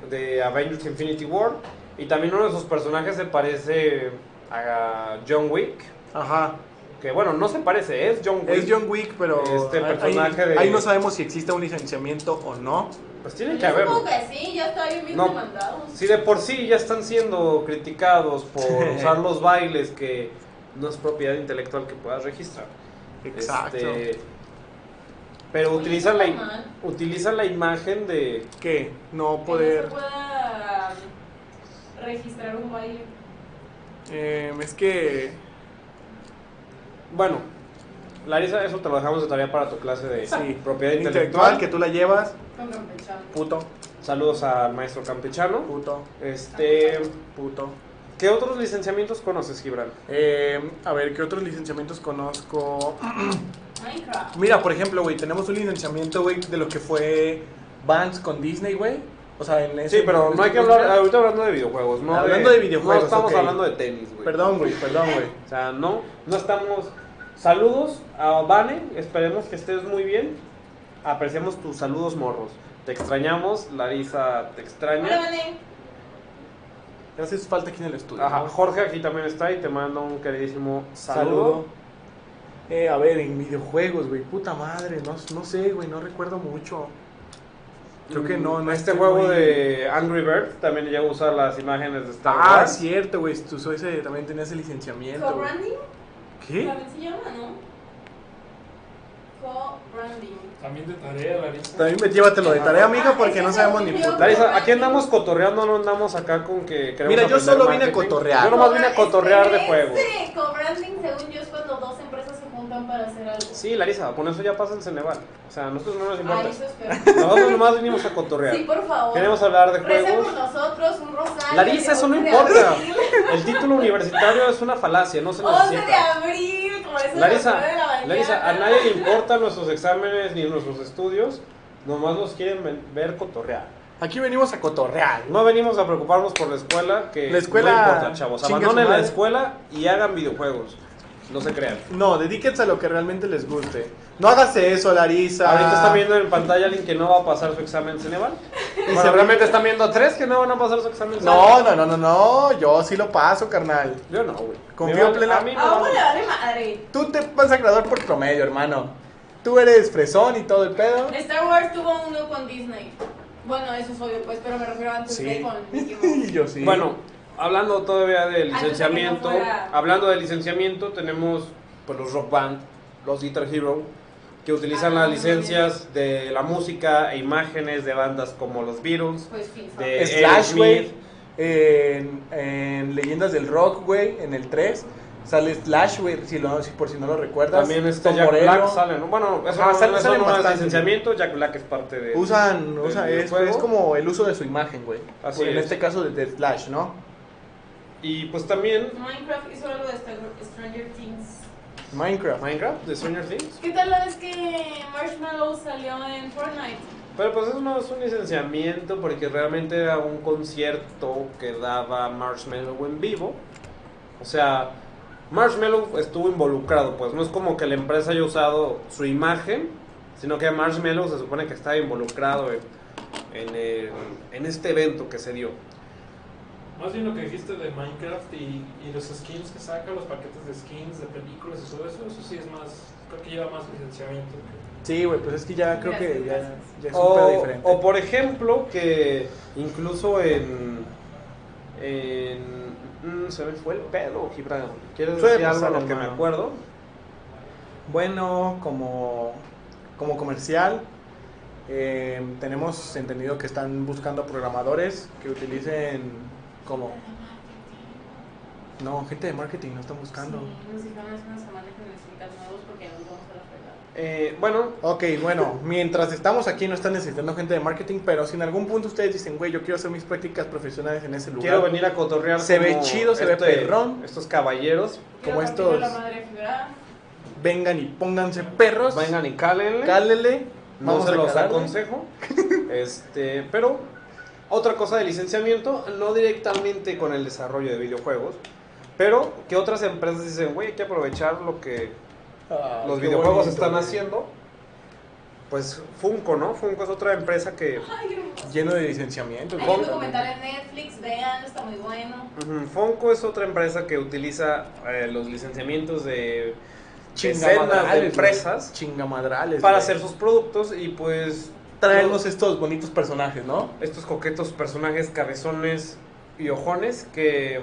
B: de Avengers Infinity War y también uno de sus personajes se parece a John Wick,
C: Ajá.
B: que bueno, no se parece, es John Wick.
C: Es John Wick, pero
B: Este
C: ahí-
B: personaje
C: ahí,
B: de-
C: ahí no sabemos si existe un licenciamiento o no.
B: Pues tiene que
G: Yo
B: haberlo.
G: supongo que sí, ya está bien bien
B: No.
G: demandado.
B: Si de por sí ya están siendo criticados
C: (laughs)
B: por usar los bailes que no es propiedad intelectual que puedas registrar.
C: Exacto.
B: Este, pero
G: Oye,
B: utilizan la,
G: está
B: im-
G: mal.
B: utilizan la imagen de...
C: ¿Qué? No
G: Que no
C: poder
G: se pueda um, registrar un baile.
C: eh, es que
B: Bueno, Larisa, eso te lo dejamos de tarea para tu clase de
C: sí,
B: propiedad intelectual.
C: intelectual que tú la llevas,
G: Con campechano.
C: puto,
B: Saludos al maestro campechano.
C: puto,
B: Este,
C: puto.
B: ¿Qué otros licenciamientos conoces, Gibran?
C: Eh, a ver, ¿qué otros licenciamientos conozco? (clears throat)
G: Minecraft.
C: Mira, por ejemplo, güey, tenemos un licenciamiento, güey, de lo que fue Vans con Disney, güey. O sea, en ese-
B: Sí, pero
C: en
B: no hay que
C: ese
B: hablar,
C: punto-
B: ahorita hablando de videojuegos, ¿no? Eh,
C: Hablando de
B: No
C: videojuegos,
B: estamos
C: ok.
B: hablando de tenis, güey.
C: Perdón, güey, perdón, güey.
B: O sea, no, no estamos. Saludos a Vane, esperemos que estés muy bien. Apreciamos tus saludos, morros. Te extrañamos, Larisa te
G: Hola,
B: extraña.
G: Vané.
C: Te haces falta aquí en el estudio.
B: Ajá,
C: ¿no?
B: Jorge aquí también está y te mando un queridísimo
C: Saludo.
B: saludo.
C: Eh, a ver, en videojuegos, güey, puta madre, no, no sé, güey, no recuerdo mucho. Creo que no, no
B: Este
C: estoy
B: juego
C: muy-
B: de Angry Birds también llega a usar las imágenes de Star
C: Ah,
B: Wars.
C: cierto, güey, tú soy ese, también tenía ese licenciamiento. güey.
G: Co-branding,
C: ¿Qué?
G: también se llama, ¿no? Co-branding.
E: También de tarea, Larisa.
C: También me llévatelo de tarea, mija, porque no sabemos ni puta.
B: Larisa, aquí andamos cotorreando, no andamos acá con que queremos
C: Mira, yo
B: aprender
C: solo vine a
B: marketing.
C: cotorrear.
B: Yo nomás vine a cotorrear de
G: Este,
B: juego.
G: Sí, co-branding, según yo, es cuando dos empresas se juntan para hacer algo.
B: Sí, Larisa, con eso ya pasa el Ceneval. O sea, a nosotros no nos
G: Ay,
B: importa.
G: eso es
B: (laughs)
G: peor.
B: Nosotros nomás vinimos a cotorrear.
G: Sí, por favor.
B: Queremos hablar de
G: Recen
B: juegos.
G: por nosotros, un rosario.
B: Larisa,
G: de
B: eso no
G: 11 de
B: importa.
G: abril.
B: El título universitario es una falacia, no se
G: 11 de
B: necesita.
G: abril, como eso de las
B: Larisa,
G: nueve de la mañana.
B: Larisa, a nadie le importan nuestros exámenes ni nuestros estudios, nomás nos quieren ven- ver cotorrear.
C: Aquí venimos a cotorrear.
B: No venimos a preocuparnos por la escuela, que
C: La escuela-
B: no importa, chavos.
C: chingue su
B: Abandonen la
C: madre.
B: escuela y hagan videojuegos. No se crean.
C: No, dedíquense a lo que realmente les guste. No hagas eso, Larisa.
B: Ahorita están viendo en pantalla alguien que no va a pasar su examen Ceneval. Bueno,
C: se-
B: realmente están viendo a tres que no van a pasar su examen
C: No, no, no, no, no. Yo sí lo paso, carnal.
B: Yo no, güey.
C: Confío
B: Me vale-
C: plena-
B: a mí me
G: A uno
B: vale.
G: le vale madre.
C: Tú te vas a graduar por promedio, hermano. Tú eres fresón y todo el pedo.
G: Star Wars tuvo uno con Disney. Bueno, eso es obvio, pues, pero me refiero antes
C: Sí.
G: de con Mickey Mouse.
C: yo sí.
B: Bueno, hablando todavía
G: Antes de que
B: del licenciamiento,
G: no fuera-
B: hablando del licenciamiento, tenemos pues, los Rock Band, los Guitar Hero, que utilizan
G: Ah,
B: las licencias de la música e imágenes de bandas como los Beatles,
G: Pues FIFA.
B: de
C: Slash, güey.
B: Aerosmith.
C: En, en Leyendas del Rock, güey, en el 3. Sale Slash, güey, si, lo- si por si no lo recuerdas.
B: También este
C: Tom
B: Jack
C: Morello.
B: Black sale, ¿no? Bueno, eso,
C: Ajá,
B: no-
C: salen-
B: eso
C: salen
B: no es
C: bastante.
B: licenciamiento, Jack Black es parte de...
C: Usan,
B: del
C: usan es,
B: videojuego.
C: es como el uso de su imagen, güey.
B: Así
C: Pues En
B: es.
C: este caso de, de Slash, ¿no?
B: Y pues también
G: Minecraft hizo algo de Str- Stranger Things.
C: Minecraft.
B: Minecraft, de Stranger Things.
G: ¿Qué tal la vez que Marshmallow salió en Fortnite?
B: Pero pues eso no es un licenciamiento porque realmente era un concierto que daba Marshmallow en vivo. O sea, Marshmallow estuvo involucrado, pues no es como que la empresa haya usado su imagen, sino que Marshmallow se supone que estaba involucrado en, en, el- en este evento que se dio.
E: Más bien lo que dijiste de Minecraft y, y los skins que saca, los paquetes de skins, de películas y todo eso, eso sí es más, creo que lleva más licenciamiento.
C: Sí, güey, pues es que ya creo que
G: Gracias,
C: ya,
G: gracias.
C: ya es un pedo
B: O,
C: diferente.
B: o por ejemplo, que incluso en. en mm, se me fue el pedo, Gibran. ¿Quieres
C: Suele
B: decir algo
C: pasar,
B: a lo que me
C: hermano.
B: acuerdo?
C: Bueno, como, como comercial, eh, tenemos entendido que están buscando programadores que utilicen como... No, gente de marketing no están buscando.
G: Sí, nos dijeron hace una semana que necesitan nuevos porque ya nos vamos a la fregada.
B: Eh, bueno,
C: Ok, bueno, mientras estamos aquí no están necesitando gente de marketing, pero si en algún punto ustedes dicen, güey, yo quiero hacer mis prácticas profesionales en ese lugar.
B: quiero venir a cotorrear.
C: Se ve
B: como este
C: chido, se ve perrón.
B: Estos caballeros.
G: Quiero
C: Como
G: partirle
C: estos-
G: la madre a Fibra.
C: Vengan y pónganse perros.
B: Vengan y cálenle.
C: Cálele.
B: no se
C: a
B: los
C: calarle.
B: aconsejo. este, pero otra cosa de licenciamiento, no directamente con el desarrollo de videojuegos, pero que otras empresas dicen, güey, hay que aprovechar lo que
C: Ah,
B: los
C: qué
B: videojuegos
C: bonito,
B: están
C: güey.
B: haciendo. Pues Funko, ¿no? Funko es otra empresa que.
G: Ay, qué hermoso.
C: Lleno de licenciamiento.
G: Hay
C: güey.
G: un documental en Netflix, vean, está muy bueno.
B: Ujú, Funko es otra empresa que utiliza eh, los licenciamientos de decenas
C: Chingamadrales,
B: de
C: güey.
B: empresas
C: Chingamadrales.
B: para
C: güey.
B: hacer sus productos y pues
C: traernos estos bonitos personajes, ¿no?
B: estos coquetos personajes cabezones y ojones que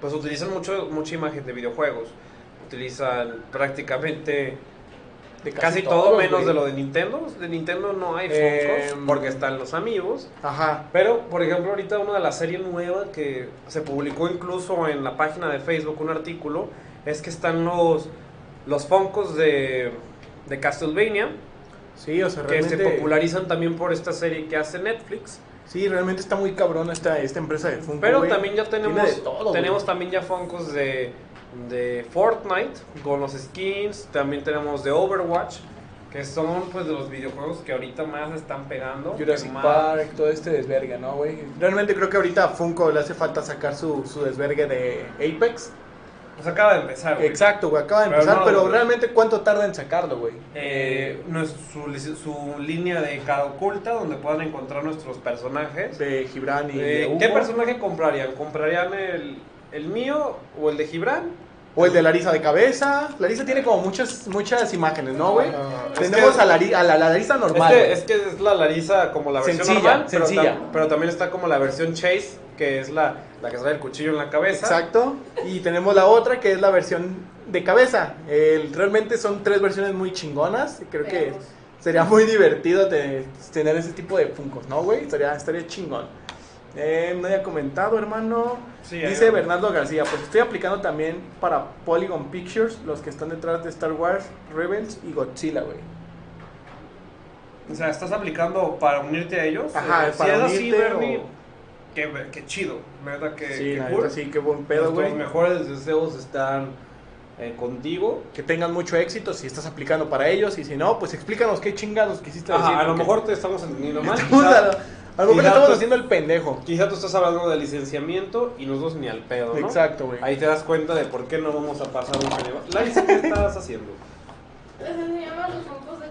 B: pues utilizan mucho mucha imagen de videojuegos. Utilizan prácticamente
C: De
B: casi, todo,
C: todos,
B: menos
C: güey.
B: de lo de Nintendo. De Nintendo no hay Funkos
C: Eh,
B: porque están los amigos.
C: Ajá.
B: Pero, por ejemplo, ahorita una de las series nuevas que se publicó incluso en la página de Facebook un artículo es que están los, los Funkos de, de Castlevania
C: Sí, o sea,
B: que se
C: realmente.
B: popularizan también por esta serie que hace Netflix.
C: Sí, realmente está muy cabrona esta, esta empresa de Funko.
B: Pero
C: güey.
B: también ya
C: Tiene
B: tenemos,
C: de todo, güey.
B: tenemos también ya Funkos de, de Fortnite con los skins, también tenemos de Overwatch. Que son pues de los videojuegos que ahorita más están pegando. que
C: Jurassic
B: más-
C: Park, todo este desvergue, ¿no, güey? Realmente creo que ahorita a Funko le hace falta sacar su, su desvergue de Apex.
B: Pues acaba de empezar. güey.
C: Exacto, güey, acaba de
B: Pero
C: empezar,
B: no,
C: pero
B: güey.
C: realmente ¿cuánto tarda en sacarlo, güey?
B: Eh, nues- su, lic- su línea de cara oculta donde puedan encontrar nuestros personajes.
C: De Gibran y
B: Eh,
C: de Hugo.
B: ¿Qué personaje comprarían? ¿Comprarían el, el mío o el de Gibran?
C: O el de Larisa de cabeza. Larisa tiene como muchas, muchas imágenes, ¿no, güey?
B: Ah, es
C: Tenemos
B: que-
C: a, Lari- a la Larisa normal.
B: Es que,
C: güey.
B: es que es la Larisa como la versión
C: Sencilla,
B: normal, pero,
C: sencilla.
B: tam- pero también está como la versión Chase, que es la, la que trae el cuchillo en la cabeza.
C: Exacto. Y tenemos la otra que es la versión de cabeza. El- realmente son tres versiones muy chingonas. y Creo que
G: Veamos.
C: sería muy divertido te- tener ese tipo de funcos, ¿no, güey? Estaría, estaría chingón. Eh, no había comentado, hermano.
B: Sí,
C: Dice
B: ahí-
C: Bernardo García, pues estoy aplicando también para Polygon Pictures, los que están detrás de Star Wars, Rebels y Godzilla, güey.
B: O sea, estás aplicando para unirte a ellos. Eh,
C: Ajá,
B: si
C: para
B: es así,
C: unirte
B: Bernie,
C: o-
B: qué, be- qué chido. La verdad que,
C: Sí,
B: que
C: la
B: Eh, cool.
C: neta, sí, qué buen pedo,
B: Nuestros
C: güey.
B: mejores deseos están eh, contigo.
C: Que tengan mucho éxito si estás aplicando para ellos y si no, pues explícanos qué chingados quisiste
B: Ajá,
C: decir.
B: a lo
C: porque-
B: mejor te estamos entendiendo mal.
C: Estamos a,
B: Quizá,
C: la- a lo mejor
B: quizá
C: estamos
B: tú-
C: haciendo el pendejo.
B: quizá tú estás hablando de licenciamiento y nosotros ni al pedo, ¿no?
C: Exacto, güey.
B: Ahí te das cuenta de por qué no vamos a pasar un carnaval. Larisa, ¿qué estás haciendo?
G: Les enseñamos los grupos de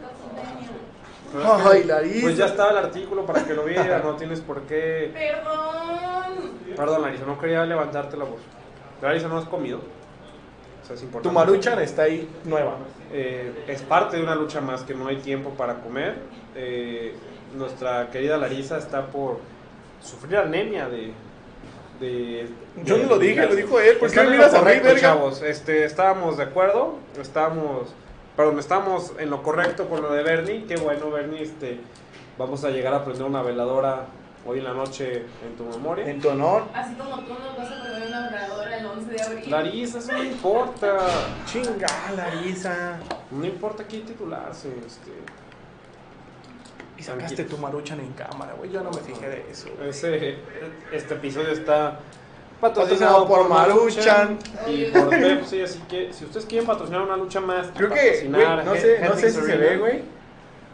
G: Castlevania.
C: Ay, Larisa.
B: Pues ya estaba el artículo para que lo viera, no tienes por qué.
G: Perdón.
B: Perdón, Larisa, no quería levantarte la voz. Larisa, no has comido. O sea, es importante.
C: Tu maruchan está ahí nueva.
B: Eh, es parte de una lucha más que no hay tiempo para comer. Eh, nuestra querida Larisa está por sufrir anemia de. de-
C: Yo
B: de-
C: no lo dije, lo dijo él. ¿Por qué
B: Están
C: me
B: en lo
C: miras a mí,
B: correcto,
C: verga?
B: chavos. Este, estábamos de acuerdo, estábamos. Perdón, estamos en lo correcto con lo de Bernie. Qué bueno, Bernie. Este, vamos a llegar a prender una veladora hoy en la noche en tu memoria.
C: En tu honor.
G: Así como tú nos vas a perder una operadora el 11 de abril.
B: Larisa, eso no importa.
C: Chinga, Larisa.
B: No importa quién titularse. Este.
C: Y sacaste tu maruchan en cámara, güey. Yo no me fijé de eso. güey.
B: Ese, este episodio está
C: Patrocinado por Maruchan.
B: y por Pepsi, así que si ustedes quieren patrocinar una lucha más,
C: Creo que, güey,
B: patrocinar
C: no
B: Head-
C: sé, no
B: Head
C: sé si se
B: Arena.
C: ve, güey.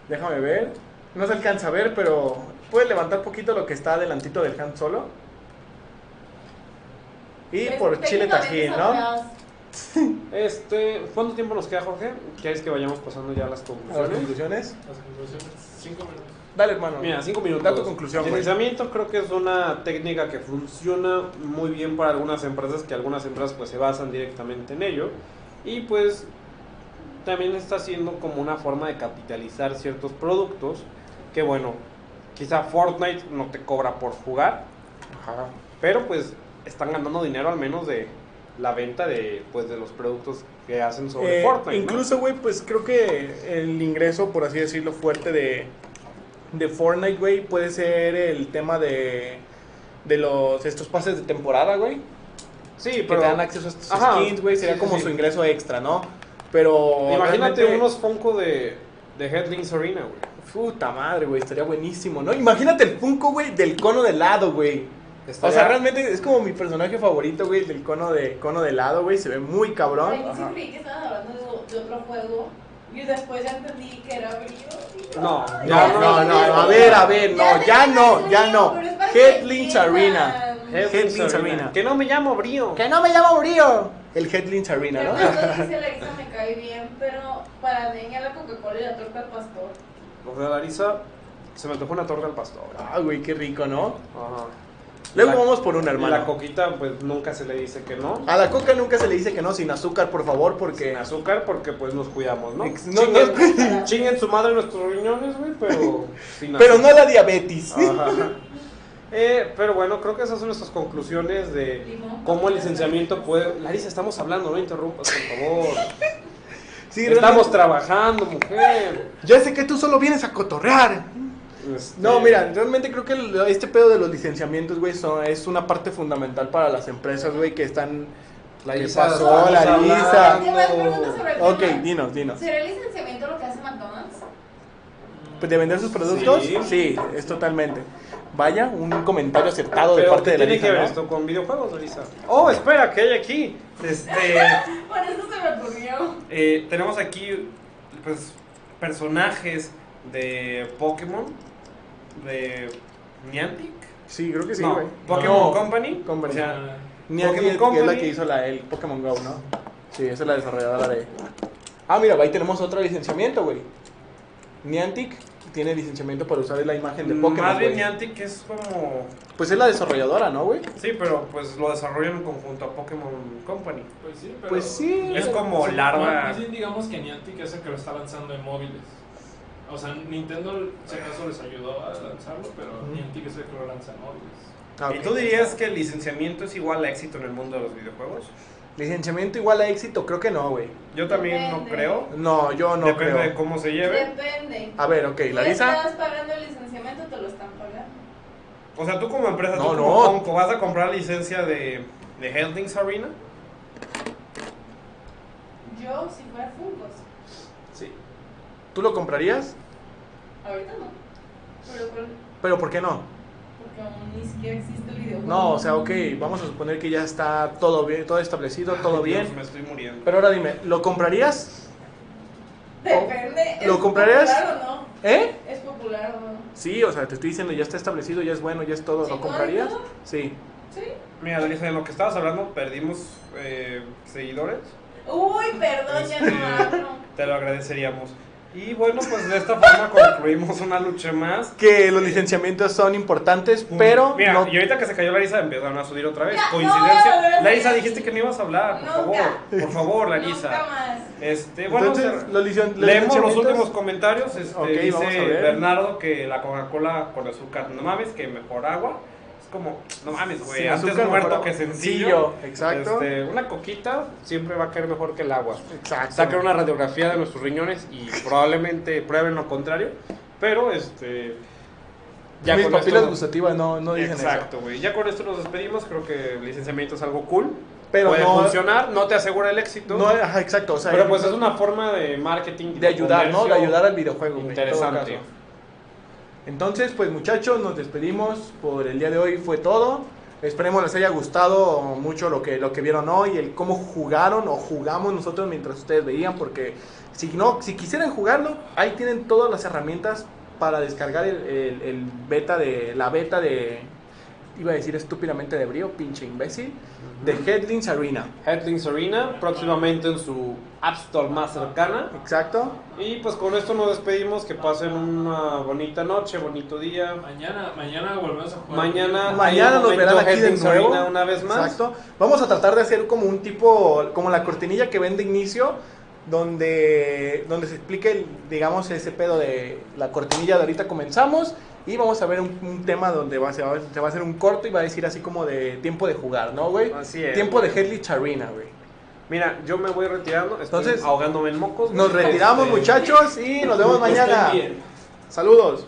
C: Déjame ver. No se alcanza a ver, pero puedes levantar poquito lo que está adelantito del Han Solo. Y
G: Pues,
C: por Chile
G: técnicamente
C: Tajín,
G: son
C: ¿no?
G: feas.
B: Este, ¿cuánto tiempo nos queda, Jorge? ¿Quieres que vayamos pasando ya a las
C: A las
B: conclusiones?
C: conclusiones.
E: Las conclusiones, cinco minutos.
C: Dale, hermano.
B: Mira, cinco minutos.
C: Da tu conclusión, güey.
B: Licenciamiento creo que es una técnica que funciona muy bien para algunas empresas, que algunas empresas pues se basan directamente en ello. Y pues también está siendo como una forma de capitalizar ciertos productos, que bueno, quizá Fortnite no te cobra por jugar,
C: Ajá.
B: pero pues están ganando dinero al menos de la venta de pues de los productos que hacen sobre
C: Eh,
B: Fortnite. ¿no?
C: Incluso, güey, pues creo que el ingreso, por así decirlo, fuerte de, de Fortnite, güey, puede ser el tema de, de los estos pases de temporada, güey.
B: sí,
C: Que
B: pero
C: te dan acceso a estos
B: Ajá.
C: skins, güey. Sería
B: Sí, sí,
C: como
B: sí.
C: su ingreso extra, ¿no? Pero.
B: imagínate
C: realmente-
B: unos Funko de de Headling Serena, güey.
C: Puta madre, güey, estaría buenísimo, ¿no? Imagínate el Funko, güey, del cono de helado, güey. O sea,
B: Estaría-
C: realmente es como mi personaje favorito, güey, del cono de cono de helado, güey. Se ve muy cabrón.
G: Ay, sí creí que estaban hablando de, de otro juego. Y después ya entendí que era brío.
B: No,
C: No, no, no, a ver, a ver, no, ya no, ya no. Headlings
G: Headlings
C: Arena. Headlings
B: Headlings
C: Arena.
B: Arena. Que no me llamo Brío.
C: no me llamo Brio. El Headlings Arena,
G: Pero
C: ¿no?
G: cuando dice Larisa me cae bien, pero para niña la Coca-Cola y la torta al
C: (laughs)
G: pastor.
B: O sea, Larisa se me antojó una torta al pastor.
C: Ah, güey, qué rico, ¿no?
B: Ajá.
C: Luego
B: La-
C: vamos por una,
B: Y la
C: hermano.
B: coquita, pues nunca se le dice que no.
C: A la coca nunca se le dice que no, sin azúcar, por favor,
B: Sin
C: porque.
B: azúcar, porque pues nos cuidamos, ¿no?
C: Ex- no,
B: chinguen, (laughs)
G: no.
B: chinguen su madre nuestros riñones, güey, pero
C: (laughs)
B: sin
C: Pero no la diabetes.
B: Ah. Ajá. Eh, pero bueno, creo que esas son nuestras conclusiones de
G: Limón.
B: cómo el licenciamiento puede. Larisa, estamos hablando, no interrumpas, por favor.
C: Sí,
B: estamos
C: realmente-
B: trabajando, mujer.
C: Ya sé que tú solo vienes a cotorrear. Eh,
B: Este-
C: No, mira, realmente creo que el- este pedo de los licenciamientos, güey, son- es una parte fundamental para las empresas, güey, que están.
B: Larisa,
C: ¿Qué pasó,
B: estamos
C: Larisa?
G: Te voy a hacer preguntas sobre el
C: Ok,
G: tema.
C: dinos, dinos.
G: ¿Será el licenciamiento lo que hace McDonald's?
C: Pues, ¿De vender sus productos?
B: Sí.
C: Sí, es totalmente. Vaya, un comentario acertado de
B: Pero,
C: parte
B: ¿qué
C: de la
B: tiene que ver
C: hija, ¿no?
B: esto con videojuegos, Larisa? Oh, espera, que hay aquí. Este.
G: Por eso se me ocurrió.
B: Eh, tenemos aquí pues, personajes de Pokémon, de Niantic,
C: Sí, creo que sí,
B: No,
C: güey.
B: Pokémon
C: No.
B: Company,
C: Company.
B: o sea,
E: Ah,
C: Ni
B: Pokémon
C: Pokémon que es
B: Company.
C: la que hizo la, el Pokémon Go, ¿no? Sí, esa es la desarrolladora de. Ah, mira, ahí tenemos otro licenciamiento, güey. Niantic tiene licenciamiento para usar la imagen de Pokémon.
B: Más bien
C: güey.
B: Niantic es como.
C: Pues es la desarrolladora, ¿no, güey?
B: Sí, pero pues lo desarrollan en conjunto a Pokémon Company.
E: Pues sí, pero...
C: Pues sí.
B: Es como larva.
E: Más bien digamos que Niantic es el que lo está lanzando en móviles. O sea, Nintendo si acaso les ayudó a lanzarlo, pero
C: Ujú.
E: Niantic es el que lo lanza en móviles.
C: Ah,
B: ¿Y
C: ok.
B: tú dirías que el licenciamiento es igual a éxito en el mundo de los videojuegos?
C: Licenciamiento igual a éxito, creo que no, güey.
B: Yo también no
G: Depende.
B: creo.
C: No, yo no
B: Depende
C: creo.
B: de cómo se lleve.
G: Depende.
C: A ver, Ah, ok,
G: Si
C: Larisa.
G: estás pagando el licenciamiento, te lo están pagando.
B: O sea, tú como empresa,
C: No,
B: tú como
C: no.
B: Funko, vas a comprar licencia de, de Heldings Arena.
G: Yo, si fuera Fungos,
C: Sí. ¿Tú lo comprarías?
G: ahorita no. Pero por-
C: Pero ¿por qué no?
G: porque aún ni siquiera existe el videojuego.
C: No, o sea, ok, vamos a suponer que ya está todo bien, todo establecido, todo
B: Ay, Dios,
C: bien.
B: me estoy muriendo.
C: Pero ahora dime, ¿lo comprarías?
G: Depende.
C: ¿Lo
G: ¿es
C: comprarías?
G: popular o no?
C: ¿Eh?
G: ¿Es popular o no?
C: Sí, o sea, te estoy diciendo, ya está establecido, ya es bueno, ya es todo,
G: ¿Sí,
C: ¿lo
G: no,
C: comprarías?
G: no?
C: Sí.
G: Sí.
B: Mira, Larisa, de lo que estabas hablando, perdimos eh, seguidores.
G: Uy, perdón, ya
C: (laughs)
G: no hablo.
B: Te lo agradeceríamos. Y bueno, pues de esta forma concluimos una lucha más.
C: Que los licenciamientos son importantes, pero
B: Mm, Mira,
C: no...
B: y ahorita que se cayó Larisa empezaron a subir otra vez.
G: Ya, no, no, no,
B: Coincidencia.
G: no, no.
B: Larisa, dijiste que no ibas a hablar, por
G: Nunca.
B: favor. Por favor,
G: Nunca
B: Larisa.
G: más.
B: Este, bueno,
C: Entonces,
B: cer-
C: los, licen-
B: leemos
C: los
B: los
C: licenciamientos-
B: últimos comentarios. Este,
C: Ok,
B: dice
C: vamos a ver.
B: Bernardo que la Coca-Cola con azúcar, no mames, que mejor agua. Es como, no mames, güey,
C: Sin
B: antes
C: azúcar,
B: muerto
C: mejor
B: que
C: agua.
B: sencillo.
C: Sencillo, exacto.
B: Este, una coquita siempre va a caer mejor que el agua.
C: Exacto.
B: Saquen una radiografía de nuestros riñones
C: (laughs)
B: y probablemente prueben lo contrario. Pero, este...
C: Mis
B: con esto
C: papilas
B: nos-
C: gustativas no, no dicen eso.
B: Exacto, güey. Ya con esto nos despedimos. Creo que el licenciamiento es algo cool.
C: Pero
B: Puede
C: no-
B: funcionar, no te asegura el éxito.
C: No, ajá, exacto, o sea,
B: pero pues es una forma de marketing. y
C: de ayudar, ¿no? De
B: comercio
C: ayudar al videojuego. güey, en todo
B: Interesante.
C: caso. Entonces, pues muchachos, nos despedimos por el día de hoy, fue todo. Esperemos les haya gustado mucho lo que, lo que vieron hoy, el cómo jugaron o jugamos nosotros mientras ustedes veían, porque si no, si quisieran jugarlo, ahí tienen todas las herramientas para descargar el, el- el beta de, la beta de, iba a decir estúpidamente de brío, pinche imbécil, de Headlings Arena.
B: Headlings Arena, próximamente en su App Store más cercana.
C: Exacto.
B: Y pues con esto nos despedimos. Que pasen una bonita noche, bonito día.
E: Mañana, mañana volvemos a jugar.
B: Mañana-
C: Mañana
B: Hay un
C: nos verán
B: momento
C: aquí de
B: Headings
C: nuevo.
B: Arena una vez más.
C: Exacto. Vamos a tratar de hacer como un tipo, como la cortinilla que ven de inicio, donde, donde se explique, el, digamos, ese pedo de la cortinilla de ahorita comenzamos. Y vamos a ver un, un tema donde va, se, va, se va a hacer un corto y va a decir así como de tiempo de jugar, ¿no, güey?
B: Así es.
C: Tiempo de Headley Charina, güey.
B: Mira, yo me voy retirando. Estoy
C: Entonces,
B: ahogándome en mocos.
C: Nos
B: güey.
C: retiramos,
B: Este,
C: muchachos, y nos vemos
B: que estén
C: mañana.
B: bien.
C: Saludos.